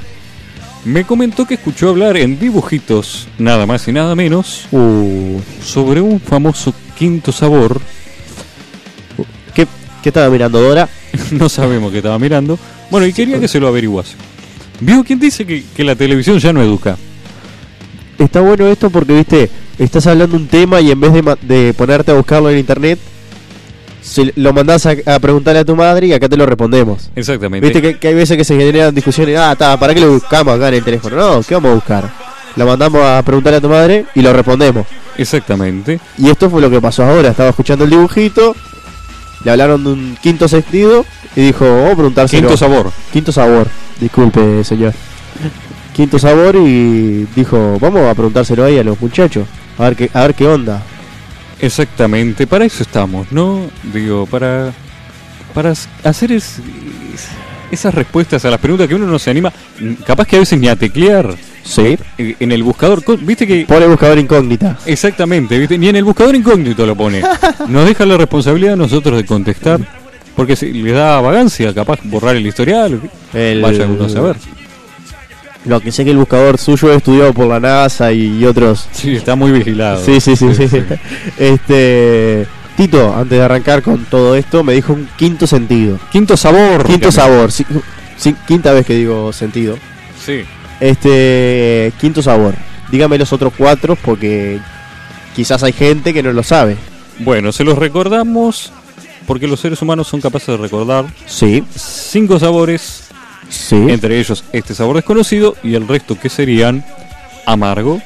A: me comentó que escuchó hablar en dibujitos, nada más y nada menos,
B: Uh,
A: sobre un famoso quinto sabor, (laughs)
B: ¿qué, ¿Qué estaba mirando Dora?
A: no sabemos qué estaba mirando, bueno, y quería que se lo averiguase. Vio quien dice que, que la televisión ya no educa.
B: Está bueno esto porque, viste, estás hablando un tema y en vez de, ma- de ponerte a buscarlo en internet, se lo mandás a, a preguntarle a tu madre y acá te lo respondemos.
A: Exactamente.
B: Viste que, que hay veces que se generan discusiones, ah, está, ¿para qué lo buscamos acá en el teléfono? No, ¿qué vamos a buscar? Lo mandamos a preguntarle a tu madre y lo respondemos.
A: Exactamente.
B: Y esto fue lo que pasó ahora, estaba escuchando el dibujito, le hablaron de un quinto sentido y dijo, vamos a preguntárselo.
A: Quinto sabor.
B: Quinto sabor, disculpe señor. Quinto sabor y dijo, vamos a preguntárselo ahí a los muchachos, a ver qué, a ver qué onda.
A: Exactamente. Para eso estamos, ¿no? Digo, para, para s- hacer es- es- esas respuestas a las preguntas que uno no se anima, mm, capaz que a veces ni a teclear
B: Sí.
A: eh, en el buscador. co- Viste que
B: Pone buscador incógnita.
A: Exactamente, ¿viste? ni en el buscador incógnito lo
B: (laughs)
A: pone. Nos deja la responsabilidad a nosotros de contestar, porque si le da vagancia, capaz borrar el historial,
B: El-
A: vaya uno a saber.
B: Lo que sé que el buscador suyo es estudiado por la NASA y, y otros.
A: Sí, está muy vigilado.
B: Sí, sí, sí, sí.
A: Sí,
B: (laughs) Este Tito, antes de arrancar con todo esto, me dijo un quinto sentido.
A: Quinto sabor.
B: Quinto
A: Ricardo.
B: sabor, sí, sí, quinta vez que digo sentido.
A: Sí.
B: Este quinto sabor. Dígame los otros cuatro porque quizás hay gente que no lo sabe.
A: Bueno, se los recordamos porque los seres humanos son capaces de recordar
B: Sí,
A: cinco sabores,
B: sí.
A: entre ellos este sabor desconocido y el resto que serían amargo,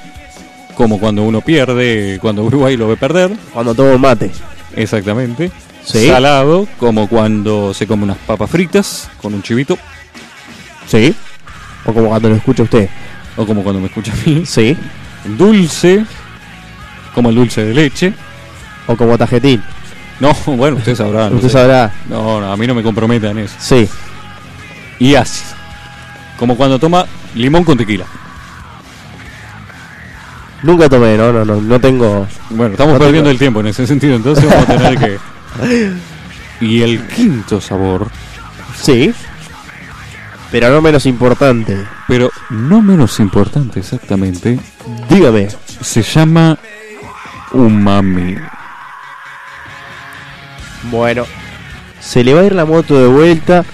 A: como cuando uno pierde, cuando Uruguay lo ve perder,
B: Cuando tomo mate.
A: exactamente.
B: Sí.
A: salado, como cuando se come unas papas fritas con un chivito,
B: Sí. O como cuando lo escucha usted.
A: o como cuando me escucha a mí,
B: Sí.
A: dulce, como el dulce de leche.
B: O como tajetín.
A: No, (laughs) bueno, ustedes sabrán. no
B: usted
A: sé.
B: sabrá.
A: No, no, a mí no me comprometan eso.
B: Sí.
A: Y así, como cuando toma limón con tequila.
B: Nunca tomé, no, no, no, no tengo.
A: Bueno, estamos
B: No te
A: perdiendo
B: creo.
A: el tiempo en ese sentido, entonces vamos a tener que... (laughs) Y el quinto sabor,
B: Sí. Pero no menos importante.
A: pero no menos importante exactamente,
B: Dígame.
A: se llama umami.
B: Bueno. Se le va a ir la moto de vuelta.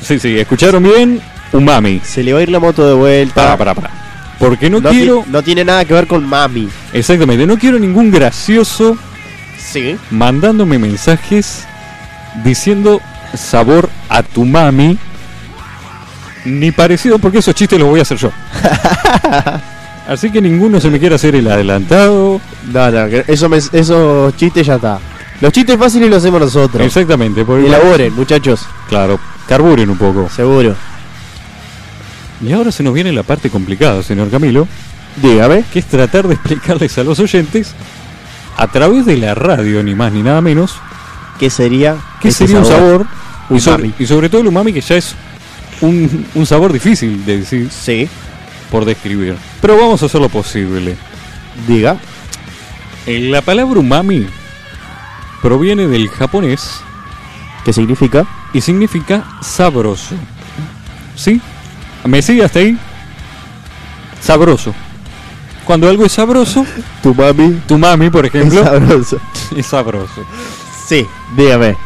A: Sí, sí, ¿escucharon bien? Umami.
B: Se le va a ir la moto de vuelta.
A: Para, para, para. Porque no,
B: No, ti-
A: quiero...
B: no tiene nada que ver con mami.
A: Exactamente, no quiero ningún gracioso
B: Sí.
A: mandándome mensajes diciendo sabor a tu mami. Ni parecido, porque esos chistes los voy a hacer yo. Así que ninguno se me quiera hacer el adelantado.
B: No, no, que eso me- esos chistes ya está. Los chistes fáciles los hacemos nosotros.
A: Exactamente, porque
B: Elaboren, muchachos.
A: claro, carburen un poco.
B: Seguro.
A: Y ahora se nos viene la parte complicada, señor Camilo,
B: Dígame.
A: que es tratar de explicarles a los oyentes a través de la radio, ni más ni nada menos,
B: ¿Qué sería?
A: qué
B: ese
A: sería un sabor y sobre,
B: Este Umami.
A: y sobre todo el umami que ya es un, un sabor difícil de decir.
B: Sí.
A: por describir. Pero vamos a hacer lo posible.
B: Diga.
A: Eh, La palabra umami proviene del japonés
B: ¿Qué significa?
A: y significa sabroso. ¿Sí? ¿Me sigue hasta ahí? Sabroso. Cuando algo es sabroso,
B: Tu mami.
A: tu mami, por
B: Es
A: ejemplo,
B: sabroso.
A: (laughs) es sabroso.
B: Sí, dígame.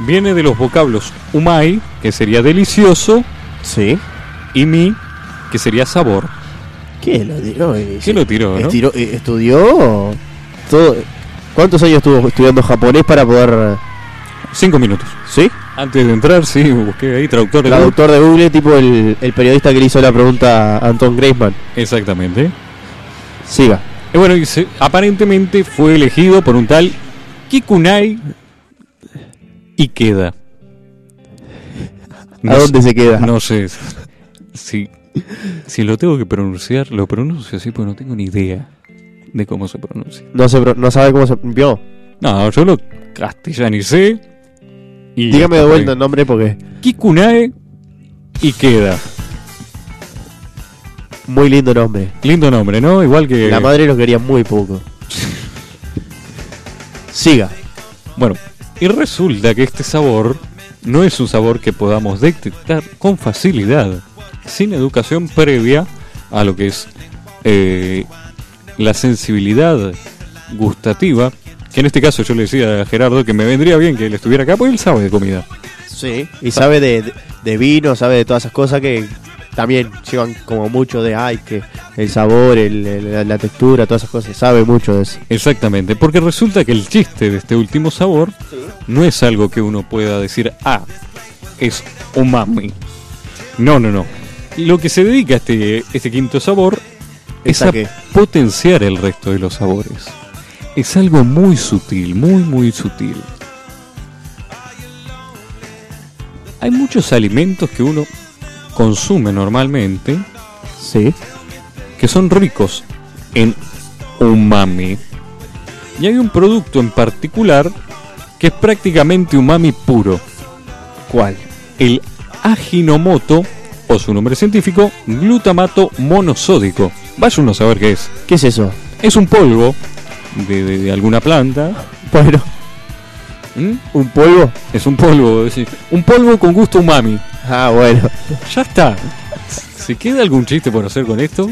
A: Viene de los vocablos umai, que sería delicioso,
B: Sí.
A: y mi, que sería sabor.
B: ¿Qué lo tiró? eh?
A: ¿Qué lo tiró, no?
B: Estiró- eh, ¿Estudió? Todo- ¿Cuántos años estuvo estudiando japonés para poder...?
A: Cinco minutos.
B: ¿Sí?
A: Antes de entrar, sí, busqué ahí traductor de Google.
B: Traductor de Google, tipo el, el periodista que le hizo la pregunta a Anton Graisman.
A: Exactamente.
B: Siga.
A: Y bueno, y se- aparentemente fue elegido por un tal Kikunai Ikeda.
B: ¿A dónde se queda?
A: No sé si, si lo tengo que pronunciar, lo pronuncio así porque no tengo ni idea de cómo se pronuncia.
B: No, se, pro- no sabe cómo se... ¿Vio?
A: No, yo lo castellanicé. Y
B: Dígame de
A: hasta
B: vuelta el
A: ahí.
B: nombre porque...
A: Kikunae Ikeda.
B: Muy lindo nombre.
A: Lindo nombre, ¿no? Igual que...
B: La madre lo quería
A: (laughs)
B: muy poco. Siga.
A: Bueno, y resulta que este sabor no es un sabor que podamos detectar con facilidad, sin educación previa a lo que es eh, la sensibilidad gustativa, que en este caso yo le decía a Gerardo que me vendría bien que él estuviera acá, porque él sabe de comida.
B: Sí. Y sabe de, de- de vino, sabe de todas esas cosas que también llevan como mucho de ay, que el sabor, el- el- la, la textura, todas esas cosas. Sabe mucho de eso.
A: Exactamente, porque resulta que el chiste de este último sabor no es algo que uno pueda decir, ah, es umami. No, no, no. Lo que se dedica a este, este quinto sabor
B: ¿Es
A: es
B: a
A: a
B: qué?
A: potenciar el resto de los sabores. Es algo muy sutil, muy, muy sutil. Hay muchos alimentos que uno consume normalmente
B: Sí.
A: que son ricos en umami. Y hay un producto en particular que es prácticamente umami puro,
B: ¿Cuál?
A: el Ajinomoto, o su nombre científico, glutamato monosódico. Vaya uno a saber qué es.
B: ¿Qué es eso?
A: Es un polvo de, de- de alguna planta.
B: (laughs) Bueno,
A: ¿m?
B: ¿un polvo?
A: Es un polvo, es decir, un polvo con gusto umami.
B: Ah, bueno.
A: Ya está. Si queda algún chiste por hacer con esto,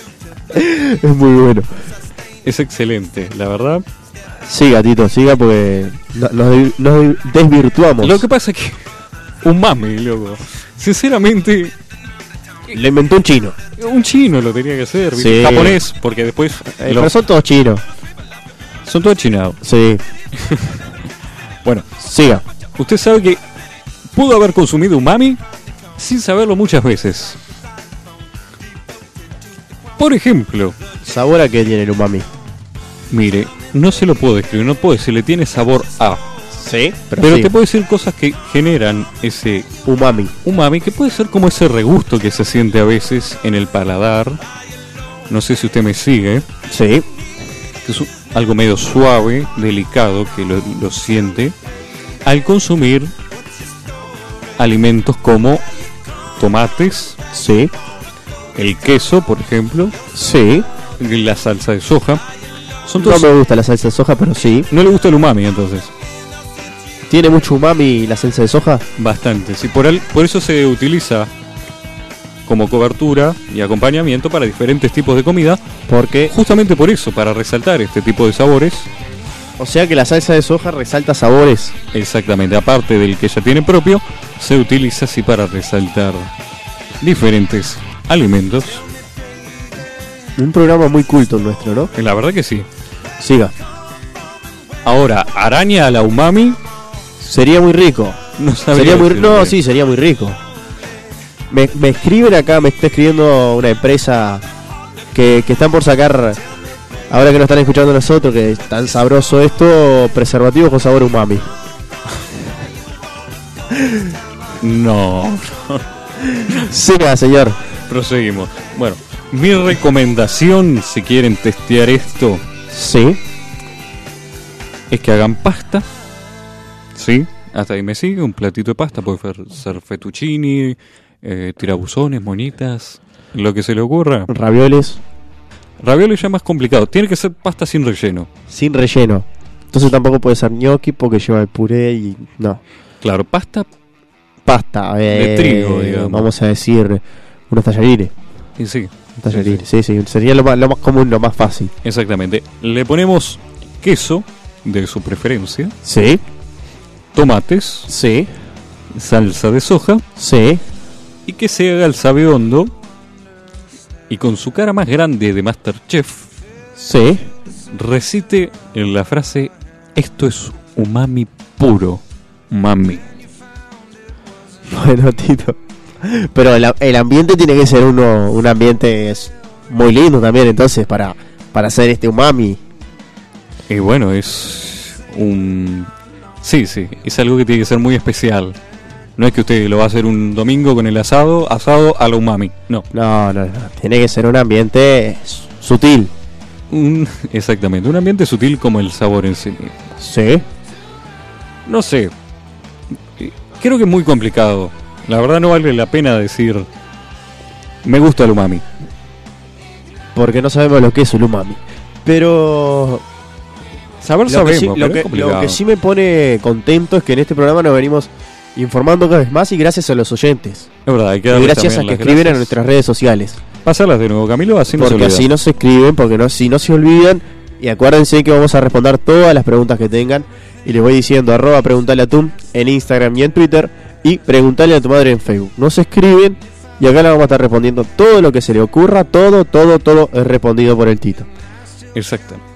B: (laughs) Es muy bueno.
A: es excelente, la verdad.
B: Siga, Tito, siga porque no- nos, de- nos desvirtuamos.
A: Lo que pasa es que. (laughs) Un mami, loco. Sinceramente,
B: Lo inventó un chino.
A: un chino lo tenía que hacer. ¿viste?
B: Sí.
A: Japonés, porque después.
B: Eh,
A: lo-
B: Pero son todos chinos.
A: son todos chinados.
B: Sí.
A: Bueno,
B: Siga.
A: usted sabe que pudo haber consumido umami sin saberlo muchas veces. Por ejemplo,
B: ¿Sabor a qué tiene el umami?
A: mire, no se lo puedo describir, no puedo decirle, tiene sabor a.
B: Sí, pero,
A: Pero,
B: sí,
A: te puedo decir cosas que generan ese
B: umami.
A: umami, que puede ser como ese regusto que se siente a veces en el paladar. No sé si usted me sigue.
B: Sí,
A: que es algo medio suave, delicado, que lo, lo siente al consumir alimentos como tomates,
B: sí,
A: el queso, por ejemplo,
B: sí.
A: la salsa de soja. Son
B: No
A: todos-
B: me gusta la salsa de soja, pero sí.
A: no le gusta el umami, entonces.
B: ¿Tiene mucho umami la salsa de soja?
A: Bastante. Sí, por, al- por eso se utiliza como cobertura y acompañamiento para diferentes tipos de comida.
B: Porque,
A: Justamente por eso, para resaltar este tipo de sabores.
B: o sea que la salsa de soja resalta sabores.
A: Exactamente, aparte del que ya tiene propio, se utiliza así para resaltar diferentes alimentos.
B: Un programa muy culto el nuestro, ¿no?
A: Eh, La verdad que sí.
B: Siga.
A: Ahora, araña a la umami,
B: Sería muy rico.
A: no sabría.
B: Sería muy,
A: decirle.
B: no, sí, sería muy rico. Me, me escriben acá, me está escribiendo una empresa que, que están por sacar, ahora que nos están escuchando nosotros, que es tan sabroso esto, preservativos con sabor umami.
A: No, (laughs)
B: Siga, señor.
A: proseguimos. Bueno, mi recomendación, si quieren testear esto,
B: Sí,
A: es que hagan pasta. Sí, hasta ahí me sigue, un platito de pasta, puede fer- ser fettuccini, eh, tirabuzones, monitas, lo que se le ocurra.
B: ravioles
A: Ravioli ya es más complicado, tiene que ser pasta sin relleno.
B: sin relleno. Entonces tampoco puede ser gnocchi porque lleva el puré y no.
A: Claro, pasta
B: Pasta,
A: De
B: eh,
A: trigo, digamos.
B: Vamos a decir unos tallarines.
A: Y sí,
B: Tallarines, sí, sí, sería lo más, lo más común, lo más fácil.
A: exactamente. Le ponemos queso de su preferencia,
B: Sí,
A: tomates,
B: sí,
A: salsa de soja
B: sí.
A: y que se haga el sabeondo. Y con su cara más grande de Masterchef,
B: Sí.
A: recite la frase: Esto es umami puro. Umami.
B: (laughs) Bueno, Tito. Pero el, el ambiente tiene que ser uno, un ambiente es muy lindo también, entonces, para, para hacer este umami.
A: Y bueno, es un. Sí, sí, es algo que tiene que ser muy especial. No es que usted lo va a hacer un domingo con el asado, asado a la umami. No.
B: No, no, no. Tiene que ser un ambiente s- sutil.
A: Un, exactamente, un ambiente sutil como el sabor en sí. mismo.
B: Sí.
A: No sé, eh, creo que es muy complicado. La verdad no vale la pena decir, me gusta el umami.
B: Porque no sabemos lo que es el umami. Pero.
A: Saber
B: lo, que
A: sabemos,
B: sí,
A: pero
B: lo, que,
A: es complicado.
B: lo que sí me pone contento es que en este programa nos venimos informando cada vez más y gracias a los oyentes.
A: Es verdad, hay que
B: Y
A: darle
B: gracias a
A: también
B: que
A: las
B: escriben
A: gracias.
B: a nuestras redes sociales.
A: Pasarlas de nuevo, Camilo, así no se
B: porque
A: olvida.
B: así no se escriben, porque no, si no se olvidan. Y acuérdense que vamos a responder todas las preguntas que tengan. Y les voy diciendo arroba preguntale a tu en Instagram y en Twitter. Y preguntale a tu madre en Facebook. Nos escriben y acá la vamos a estar respondiendo todo lo que se le ocurra. Todo, todo, todo es respondido por el Tito.
A: Exactamente.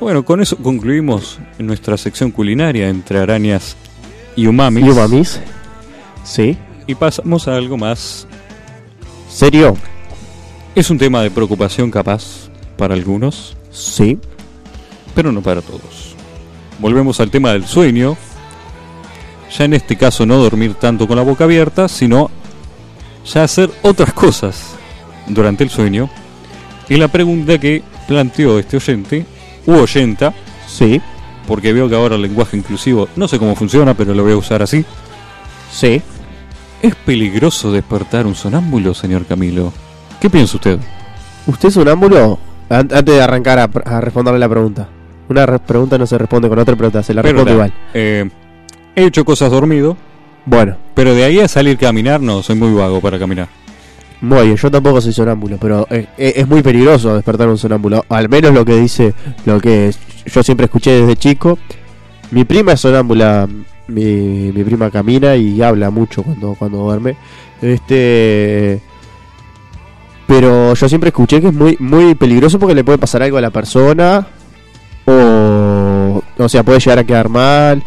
A: Bueno, con eso concluimos nuestra sección culinaria entre arañas y umamis.
B: ¿Y mamis? Sí.
A: Y pasamos a algo más.
B: ¿Serio?
A: Es un tema de preocupación capaz para algunos.
B: Sí.
A: pero no para todos. Volvemos al tema del sueño. Ya en este caso no dormir tanto con la boca abierta, sino ya hacer otras cosas durante el sueño. Y la pregunta que planteó este oyente, u oyenta,
B: Sí.
A: porque veo que ahora el lenguaje inclusivo, no sé cómo funciona, pero lo voy a usar así.
B: Sí.
A: ¿Es peligroso despertar un sonámbulo, señor Camilo? ¿Qué piensa usted?
B: ¿Usted es sonámbulo? An- antes de arrancar a, a responderle la pregunta. Una re- pregunta no se responde con otra pregunta, se la
A: Pero
B: responde
A: la-
B: igual.
A: eh, he hecho cosas dormido,
B: Bueno.
A: pero de ahí a salir a caminar, no, soy muy vago para caminar.
B: Muy bien, yo tampoco soy sonámbulo, pero eh, eh, es muy peligroso despertar un sonámbulo. Al menos lo que dice, lo que yo siempre escuché desde chico. Mi prima es sonámbula, mi, mi prima camina y habla mucho cuando, cuando duerme. Este. Pero yo siempre escuché que es muy, muy peligroso porque le puede pasar algo a la persona. O. O sea, puede llegar a quedar mal.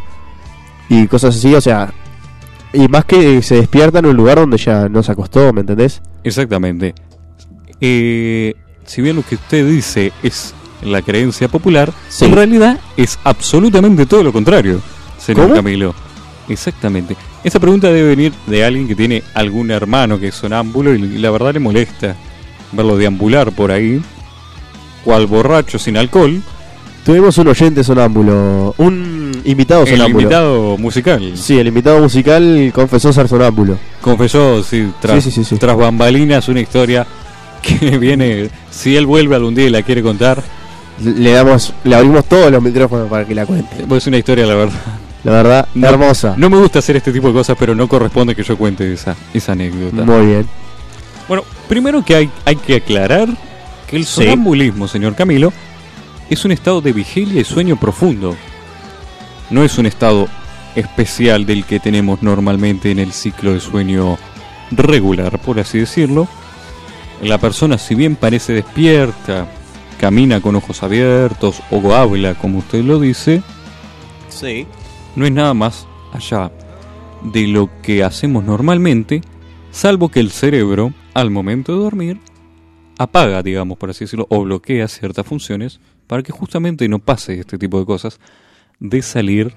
B: Y cosas así, o sea. Y más que se despierta en un lugar donde ya no se acostó, ¿me entendés?
A: Exactamente. Eh, si bien lo que usted dice es la creencia popular,
B: Sí.
A: en realidad es absolutamente todo lo contrario, señor
B: ¿Cómo?
A: Camilo. Exactamente. Esa pregunta debe venir de alguien que tiene algún hermano que es sonámbulo y la verdad le molesta verlo deambular por ahí, cual borracho sin alcohol,
B: Tuvimos un oyente sonámbulo, un invitado
A: el
B: sonámbulo.
A: invitado musical.
B: Sí, el invitado musical confesó ser sonámbulo.
A: confesó sí, tras,
B: Sí, sí, sí, sí.
A: tras bambalinas una historia que viene, si él vuelve algún día y la quiere contar,
B: Le damos, le abrimos todos los micrófonos para que la cuente.
A: pues es una historia la verdad.
B: La verdad,
A: No-
B: hermosa.
A: No me gusta hacer este tipo de cosas, pero no corresponde que yo cuente esa, esa anécdota.
B: Muy bien.
A: Bueno, primero que hay, hay que aclarar que el
B: Sí.
A: sonambulismo, señor Camilo, es un estado de vigilia y sueño profundo. No es un estado especial del que tenemos normalmente en el ciclo de sueño regular, por así decirlo. La persona, si bien parece despierta, camina con ojos abiertos o habla, como usted lo dice,
D: Sí.
A: no es nada más allá de lo que hacemos normalmente, salvo que el cerebro, al momento de dormir, apaga, digamos, por así decirlo, o bloquea ciertas funciones para que justamente no pase este tipo de cosas de salir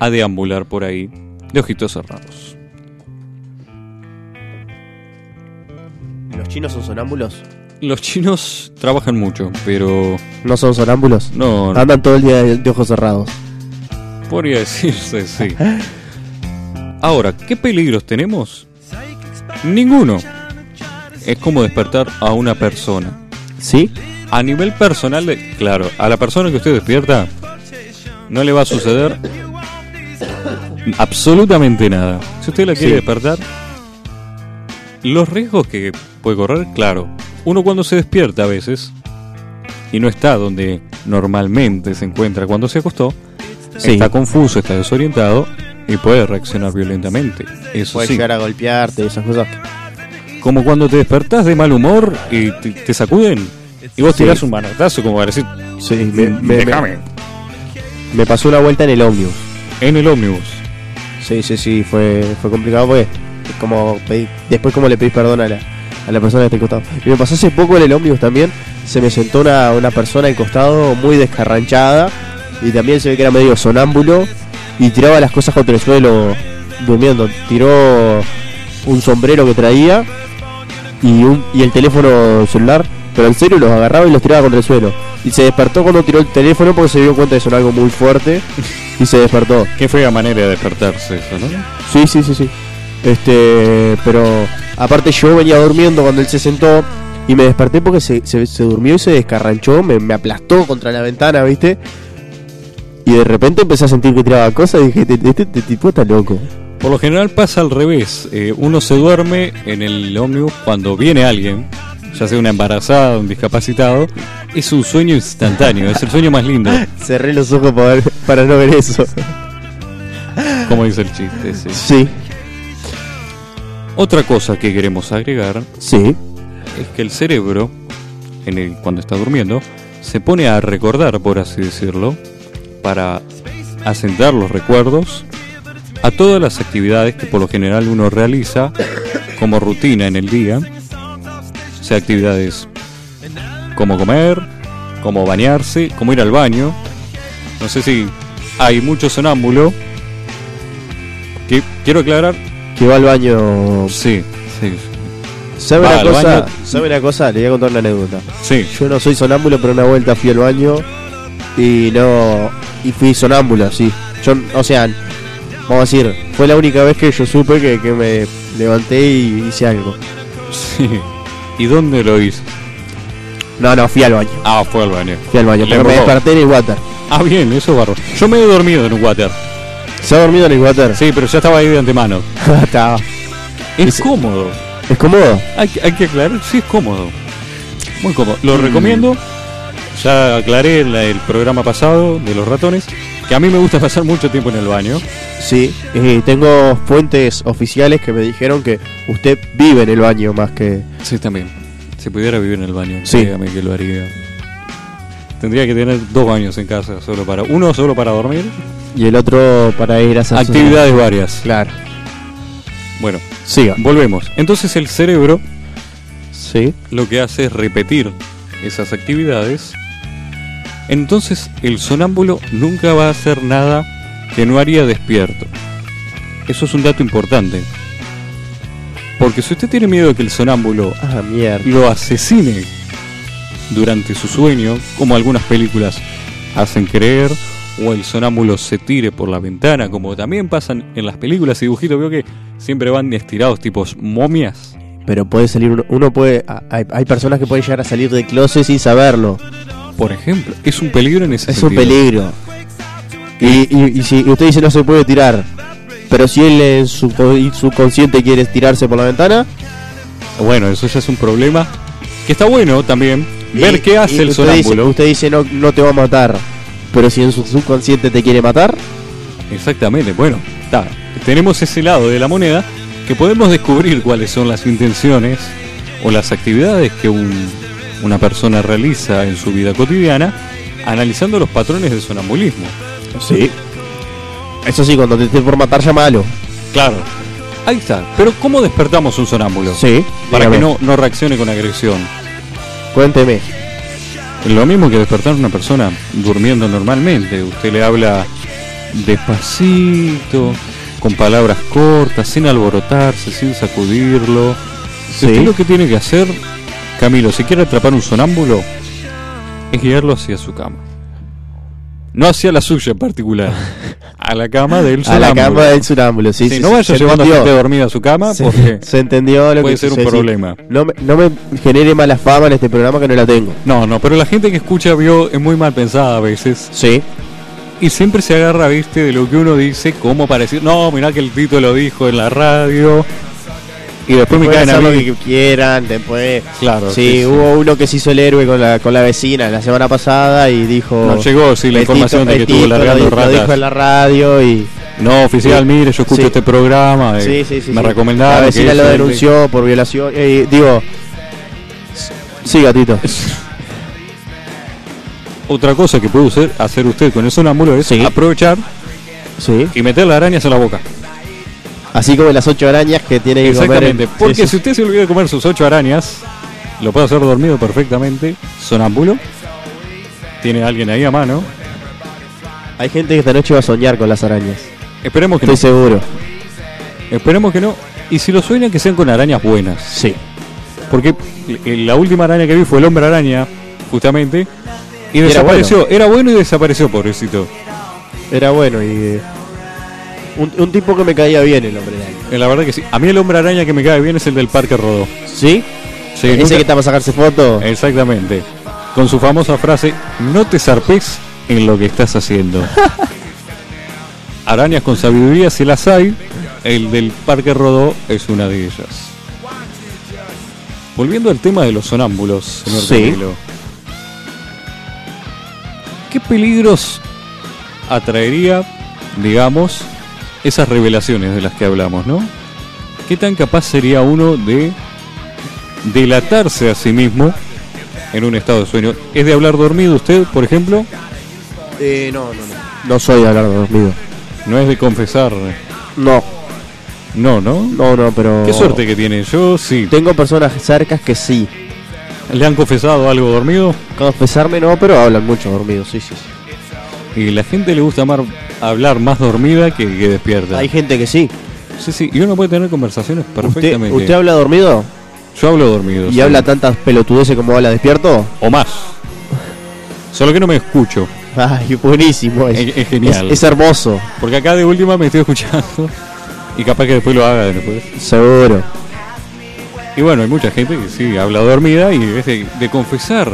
A: a deambular por ahí de ojitos cerrados.
B: ¿Los chinos son sonámbulos?
A: Los chinos trabajan mucho, pero
B: No son sonámbulos.
A: no,
B: Andan todo el día de, de ojos cerrados.
A: podría decirse sí. Ahora, ¿qué peligros tenemos? Ninguno. Es como despertar a una persona.
B: ¿Sí?
A: A nivel personal, de- claro, a la persona que usted despierta no le va a suceder absolutamente nada. Si usted la quiere
B: Sí.
A: despertar, los riesgos que puede correr, claro. Uno cuando se despierta a veces y no está donde normalmente se encuentra cuando se acostó,
B: Sí.
A: está confuso, está desorientado y puede reaccionar violentamente. Eso
B: Puedes
A: sí.
B: llegar a golpearte, esas cosas.
A: Como cuando te despertás de mal humor y te, te sacuden y vos
B: Sí.
A: tirás un manotazo como para decir,
B: Sí, me, me- me-
A: déjame.
B: me pasó una vuelta en el ómnibus.
A: En el ómnibus.
B: Sí, sí, sí, fue, fue complicado porque es como pedí- después como le pedís perdón a la, a la persona que te costado. Y me pasó hace poco en el ómnibus también, se me sentó una, una persona al costado muy descarranchada y también se ve que era medio sonámbulo y tiraba las cosas contra el suelo durmiendo. Tiró un sombrero que traía y, un, y el teléfono celular, pero en serio los agarraba y los tiraba contra el suelo. Y se despertó cuando tiró el teléfono porque se dio cuenta de que sonó algo muy fuerte y se despertó.
A: Qué fea manera de despertarse eso, ¿no?
B: Sí, sí, sí, sí. Este, pero aparte yo venía durmiendo cuando él se sentó y me desperté porque se, se- se durmió y se descarranchó, me, me aplastó contra la ventana, ¿viste? Y de repente empecé a sentir que tiraba cosas y dije, este, este- este tipo está loco.
A: Por lo general pasa al revés. eh, uno se duerme en el ómnibus cuando viene alguien, ya sea una embarazada, un discapacitado. Es un sueño instantáneo, es el sueño más lindo,
B: Cerré los ojos para, ver- para no ver eso.
A: como dice el chiste. sí.
B: Sí,
A: Otra cosa que queremos agregar
B: sí.
A: es que el cerebro, en el, cuando está durmiendo, se pone a recordar, por así decirlo, para asentar los recuerdos a todas las actividades que por lo general uno realiza como rutina en el día, o sea, actividades como comer, como bañarse, como ir al baño. No sé si hay mucho sonámbulo. Que quiero aclarar,
B: Que va al baño.
A: sí, sí,
B: ¿Sabe
A: Va
B: una
A: al
B: cosa?
A: baño.
B: ¿Sabe una cosa? Le voy a contar una anécdota.
A: sí.
B: Yo no soy sonámbulo, pero una vuelta fui al baño y no. Y fui sonámbulo, sí. Yo, o sea, vamos a decir, fue la única vez que yo supe que, que me levanté y hice algo.
A: Sí. ¿Y dónde lo hizo?
B: No, no, fui al baño.
A: Ah, fue al baño.
B: Fui al baño,
A: Le
B: pero me
A: robó.
B: desperté en el water.
A: Ah, bien, eso es barro. Yo me he dormido en un water.
B: ¿Se ha dormido en el water?
A: Sí, pero ya estaba ahí de antemano. (laughs)
B: Está.
A: Es
B: Ese-
A: cómodo.
B: ¿Es cómodo?
A: Hay, que- hay que aclarar, sí es cómodo. Muy cómodo. Lo recomiendo. Ya aclaré en la- el programa pasado de los ratones que a mí me gusta pasar mucho tiempo en el baño.
B: Sí. eh, tengo fuentes oficiales que me dijeron que usted vive en el baño más que.
A: Sí, también. Si pudiera vivir en el baño,
B: Sí.
A: créame que lo haría. Tendría que tener dos baños en casa, solo para uno solo para dormir.
B: Y el otro para ir a hacer sus-
A: Actividades varias.
B: Claro.
A: Bueno,
B: Siga.
A: volvemos. Entonces el cerebro
B: Sí.
A: lo que hace es repetir esas actividades Entonces el sonámbulo nunca va a hacer nada que no haría despierto. Eso es un dato importante. Porque si usted tiene miedo de que el sonámbulo
B: Ah, mierda.
A: lo asesine durante su sueño, como algunas películas hacen creer, o el sonámbulo se tire por la ventana, como también pasan en las películas y dibujitos, veo que siempre van estirados tipos momias.
B: Pero puede salir uno, uno puede. a- Hay, hay personas que pueden llegar a salir de closet sin saberlo.
A: Por ejemplo, es un peligro en ese
B: Es un
A: sentido.
B: peligro. Y, y- y si usted dice no se puede tirar, pero si él en su co- y subconsciente quiere tirarse por la ventana,
A: Bueno, eso ya es un problema. Que está bueno también ver
B: y-
A: qué hace
B: y
A: el
B: usted dice-
A: sonámbulo.
B: usted dice no, no te va a matar, pero si en su subconsciente te quiere matar,
A: Exactamente, bueno, está. Tenemos ese lado de la moneda que podemos descubrir cuáles son las intenciones o las actividades que un- una persona realiza en su vida cotidiana analizando los patrones de sonambulismo.
B: sí. Eso sí, cuando te esté por matar, llámalo.
A: Claro. Ahí está. Pero ¿cómo despertamos un sonámbulo?
B: Sí.
A: Para que
B: dígame.
A: no, no reaccione con agresión.
B: Cuénteme.
A: Lo mismo que despertar a una persona durmiendo normalmente. Usted le habla despacito, con palabras cortas, sin alborotarse, sin sacudirlo.
B: Sí.
A: Usted lo que tiene que hacer, Camilo, si quiere atrapar un sonámbulo, es guiarlo hacia su cama. No hacia la suya en particular, a la cama del
B: (laughs) A
A: sonámbulo.
B: la cama del sonámbulo, sí.
A: Sí,
B: sí,
A: no
B: sí,
A: vaya
B: se
A: llevando
B: entendió.
A: gente dormida a su cama
B: Se-
A: Ah, porque...
B: (laughs) se, entendió lo
A: puede
B: que
A: ser un
B: quise decir.
A: problema.
B: No me, no me genere mala fama en este programa que no la tengo.
A: No, no, pero la gente que escucha vio es muy mal pensada a veces.
B: Sí.
A: Y siempre se agarra, viste, de lo que uno dice, como para decir, no, mirá que el Tito lo dijo en la radio. Y después me
B: Pueden
A: caen a
B: hacer lo
A: mí.
B: que quieran, después.
A: Claro.
B: sí, hubo uno que se hizo el héroe con la, con la vecina la semana pasada y dijo.
A: No llegó, sí, la
B: "El
A: información
B: Tito-
A: de que
B: el
A: estuvo
B: Tito
A: largando
B: lo, di- lo
A: ratas.
B: dijo en la radio y.
A: No, oficial,
B: Sí.
A: mire, yo escucho
B: Sí.
A: este programa. eh,
B: sí, sí, sí.
A: Me
B: sí.
A: recomendaron.
B: La
A: que
B: vecina lo
A: eso,
B: denunció por violación. eh, digo. s- Sí, gatito.
A: Otra cosa que puede usted- hacer usted con el sonámbulo es
B: Sí.
A: aprovechar
B: Sí.
A: y meter las arañas en la boca.
B: Así como las ocho arañas que tiene que comer.
A: Exactamente.
B: en- sí,
A: porque
B: sí,
A: si usted se olvida de comer sus ocho arañas, lo puede hacer dormido perfectamente, sonámbulo. Tiene a alguien ahí a mano.
B: Hay gente que esta noche va a soñar con las arañas.
A: Esperemos que
B: Estoy
A: no.
B: seguro.
A: Esperemos que no. Y si lo sueñan, que sean con arañas buenas.
B: Sí.
A: Porque eh, la última araña que vi fue el hombre araña, justamente. Y
B: era
A: desapareció. Era bueno y desapareció, pobrecito.
B: Era bueno y. eh, un, un tipo que me caía bien el hombre araña.
A: Eh, La verdad que sí. A mí el hombre araña que me cae bien es el del Parque Rodó.
B: ¿Sí?
A: Sí,
B: Ese
A: nunca-
B: que está para sacarse fotos.
A: Exactamente. Con su famosa frase, no te zarpes en lo que estás haciendo. Arañas con sabiduría, si las hay, el del Parque Rodó es una de ellas. Volviendo al tema de los sonámbulos, señor
B: Sí.
A: Camilo. ¿Qué peligros atraería, digamos, esas revelaciones de las que hablamos, no? ¿Qué tan capaz sería uno de delatarse a sí mismo en un estado de sueño? ¿Es de hablar dormido usted, por ejemplo?
B: Eh, no, no, no. No soy de hablar dormido.
A: No es de confesar.
B: No,
A: No, ¿no?
B: no, no, pero.
A: Qué suerte que tiene. Yo sí.
B: Tengo personas cercas que sí.
A: ¿Le han confesado algo dormido?
B: Confesarme no, pero hablan mucho dormido, sí, sí. sí.
A: Y la gente le gusta amar- hablar más dormida que, que despierta.
B: Hay gente que sí.
A: Sí, sí. Y uno puede tener conversaciones
B: ¿Usted,
A: perfectamente.
B: usted habla dormido
A: Yo hablo dormido.
B: y
A: sí.
B: habla tantas pelotudeces como habla despierto. (laughs)
A: O más. Solo que no me escucho.
B: Ay, buenísimo. Es,
A: Es- es genial.
B: es- es hermoso,
A: Porque acá de última me estoy (laughs) escuchando. Y capaz que después lo haga después.
B: seguro.
A: Y bueno, hay mucha gente que sí habla dormida y es de, de confesar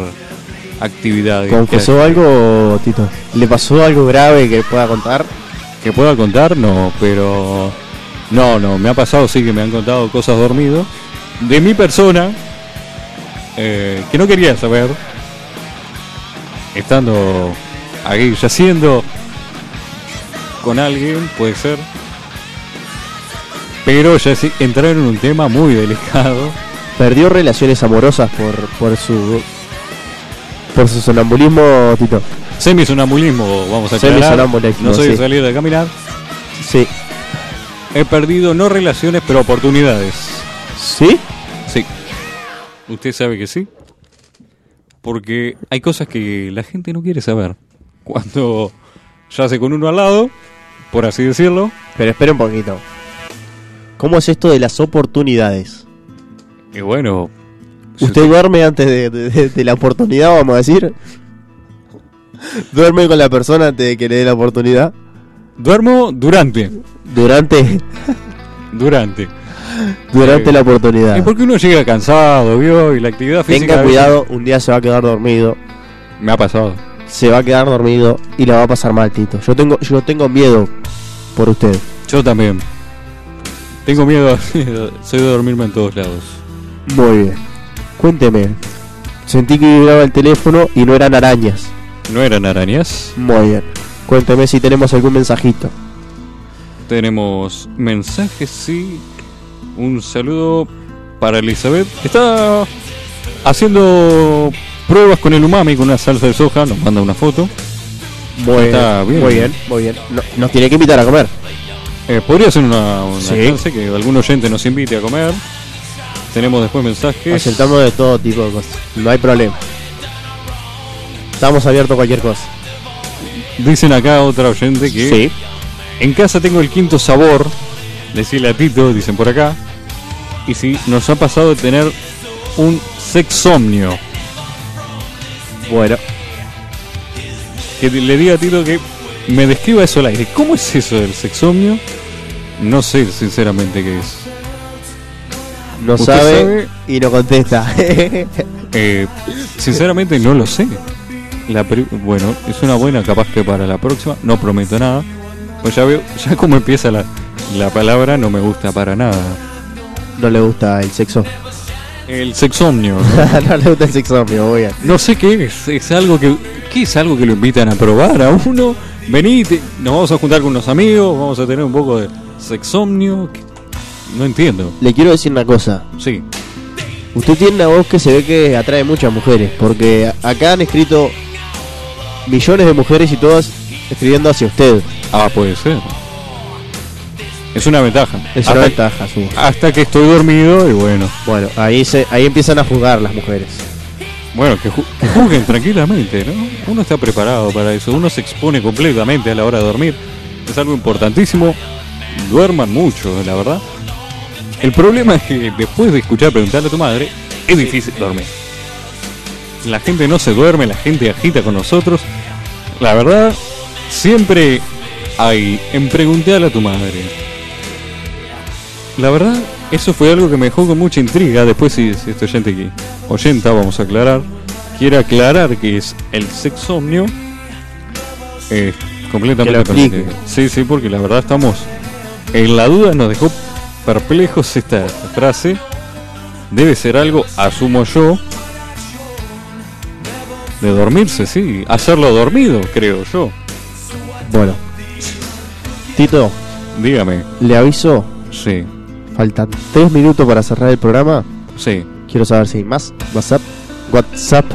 A: actividades. que-
B: ¿Confesó algo, Tito? ¿Le pasó algo grave que pueda contar?
A: Que pueda contar, no, pero. No, no, me ha pasado, sí que me han contado cosas dormido. De mi persona, eh, que no quería saber, estando aquí yaciendo con alguien, puede ser. Pero ya sí, entraron en un tema muy delicado.
B: ¿Perdió relaciones amorosas por, por su. por su sonambulismo, Tito?
A: Semisonambulismo, vamos a aclarar.
B: Semisonambulismo,
A: No soy de
B: sí.
A: salir de caminar.
B: Sí.
A: He perdido no relaciones, pero oportunidades.
B: ¿Sí?
A: Sí. ¿Usted sabe que sí? Porque hay cosas que la gente no quiere saber. Cuando yace con uno al lado, por así decirlo,
B: Pero espera un poquito. ¿Cómo es esto de las oportunidades?
A: y bueno. si
B: ¿Usted duerme antes de, de- de- de la oportunidad, vamos a decir? ¿Duerme con la persona antes de que le dé la oportunidad?
A: Duermo durante.
B: Durante,
A: Durante.
B: durante
A: Eh,
B: la
A: Y
B: oportunidad.
A: porque uno llega cansado, ¿vio? Y la actividad física.
B: Tenga
A: a veces-
B: cuidado, un día se va a quedar dormido.
A: Me ha pasado.
B: Se va a quedar dormido y la va a pasar mal, Tito. Yo tengo, yo tengo miedo por usted.
A: Yo también. Tengo miedo. (laughs) Soy de dormirme en todos lados.
B: Muy bien. Cuénteme. Sentí que vibraba el teléfono y no eran arañas.
A: No eran arañas.
B: Muy bien. Cuénteme si tenemos algún mensajito.
A: Tenemos mensajes, sí. Un saludo para Elizabeth. Está haciendo pruebas con el umami, con una salsa de soja. Nos manda una foto.
B: Muy
A: Está bien.
B: Muy bien, muy bien. No- nos tiene que invitar a comer.
A: Eh, podría ser una, una
B: Sí.
A: chance que algún oyente nos invite a comer. Tenemos después mensajes.
B: Aceptamos de todo tipo de cosas. No hay problema. Estamos abiertos a cualquier cosa.
A: Dicen acá otra oyente que en casa tengo el quinto sabor. Decirle a Tito, dicen por acá. Y si nos ha pasado de tener un sexomnio.
B: Bueno,
A: que le diga a Tito que me describa eso al aire. ¿Cómo es eso del sexomnio? No sé sinceramente qué es.
B: no
A: ¿Usted
B: sabe,
A: sabe?
B: y no contesta. (laughs)
A: Eh, sinceramente no lo sé. La pri- bueno, es una buena capaz que para la próxima. No prometo nada. Pues ya veo, ya como empieza la, la palabra no me gusta para nada.
B: no le gusta el sexo. (laughs)
A: El sexomnio. No,
B: no le gusta el sexo, amigo, muy bien.
A: No sé qué es. Es algo que ¿qué es algo que lo invitan a probar a uno. Vení, te- nos vamos a juntar con unos amigos, vamos a tener un poco de sexomnio. que- No entiendo.
B: Le quiero decir una cosa.
A: Sí.
B: Usted tiene una voz que se ve que atrae muchas mujeres, porque a- acá han escrito millones de mujeres y todas escribiendo hacia usted.
A: Ah, puede ser. Es una ventaja.
B: Es
A: hasta,
B: una ventaja, sí.
A: Hasta que estoy dormido y bueno.
B: Bueno, ahí se, ahí empiezan a jugar las mujeres.
A: Bueno, que, ju- que juzguen tranquilamente, ¿no? Uno está preparado para eso. Uno se expone completamente a la hora de dormir. Es algo importantísimo. Duerman mucho, la verdad. El problema es que después de escuchar preguntarle a tu madre, es difícil dormir. La gente no se duerme, la gente agita con nosotros. La verdad, siempre hay en preguntarle a tu madre. La verdad, eso fue algo que me dejó con mucha intriga. Después, si, si este oyente aquí, oyenta, vamos a aclarar, quiere aclarar que es el sexomnio, eh, completamente
B: Que lo explique.
A: permitido. Sí, sí, porque la verdad estamos en la duda, nos dejó perplejos esta frase. Debe ser algo, asumo yo, de dormirse, sí, hacerlo dormido, creo yo.
B: Bueno, Tito,
A: Dígame,
B: le aviso,
A: sí,
B: faltan tres minutos para cerrar el programa.
A: sí.
B: Quiero saber si hay más. WhatsApp, WhatsApp.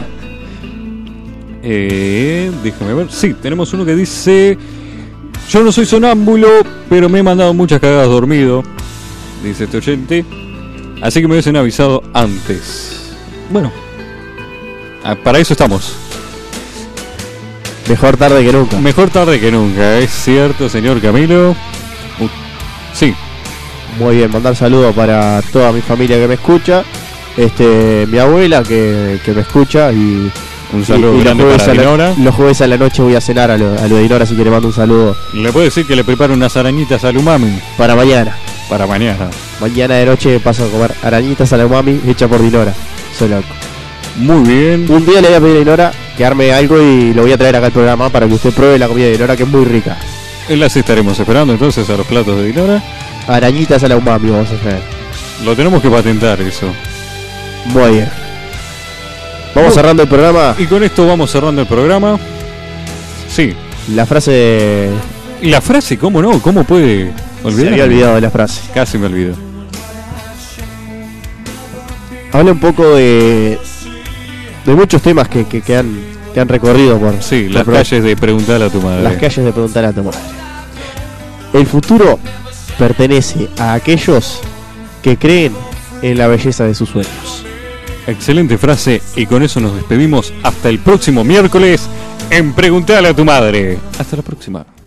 A: Eh, déjame ver. Sí, tenemos uno que dice: Yo no soy sonámbulo, pero me he mandado muchas cagadas dormido. Dice este oyente. Así que me hubiesen avisado antes. Bueno, ah, para eso estamos.
B: Mejor tarde que nunca.
A: Mejor tarde que nunca, es cierto, señor Camilo. U- sí,
B: Muy bien, mandar saludos para toda mi familia que me escucha. Este, mi abuela que, que me escucha y
A: un saludo
B: Y- y los
A: grande
B: jueves
A: para
B: a la- (laughs)
A: Dinora.
B: Los jueves a la noche voy a cenar a lo, a lo de Dinora, así que le mando un saludo
A: Le puedo decir que le preparo unas arañitas al umami
B: para mañana.
A: para mañana.
B: Mañana de noche paso a comer arañitas a la mami hecha por Dinora. Soy loco.
A: Muy bien.
B: Un día le voy a pedir a Dinora que arme algo y lo voy a traer acá al programa para que usted pruebe la comida de Dinora, que es muy rica.
A: Las estaremos esperando entonces a los platos de Dinora.
B: Arañitas a la umami vamos a hacer.
A: Lo tenemos que patentar eso.
B: Muy bien. Vamos
A: Muy-
B: cerrando el programa.
A: Y con esto vamos cerrando el programa. Sí.
B: La frase...
A: Y la frase, ¿cómo no? ¿Cómo puede
B: Se había
A: olvidar?
B: olvidado de la frase.
A: Casi me olvido.
B: Habla un poco de... De muchos temas que, que, que han, que han recorrido por...
A: Sí,
B: por
A: las
B: pro-
A: calles de preguntar a tu madre.
B: Las calles de preguntar a tu madre. El futuro pertenece a aquellos que creen en la belleza de sus sueños.
A: Excelente frase y con eso nos despedimos hasta el próximo miércoles en Preguntale a tu madre. Hasta la próxima.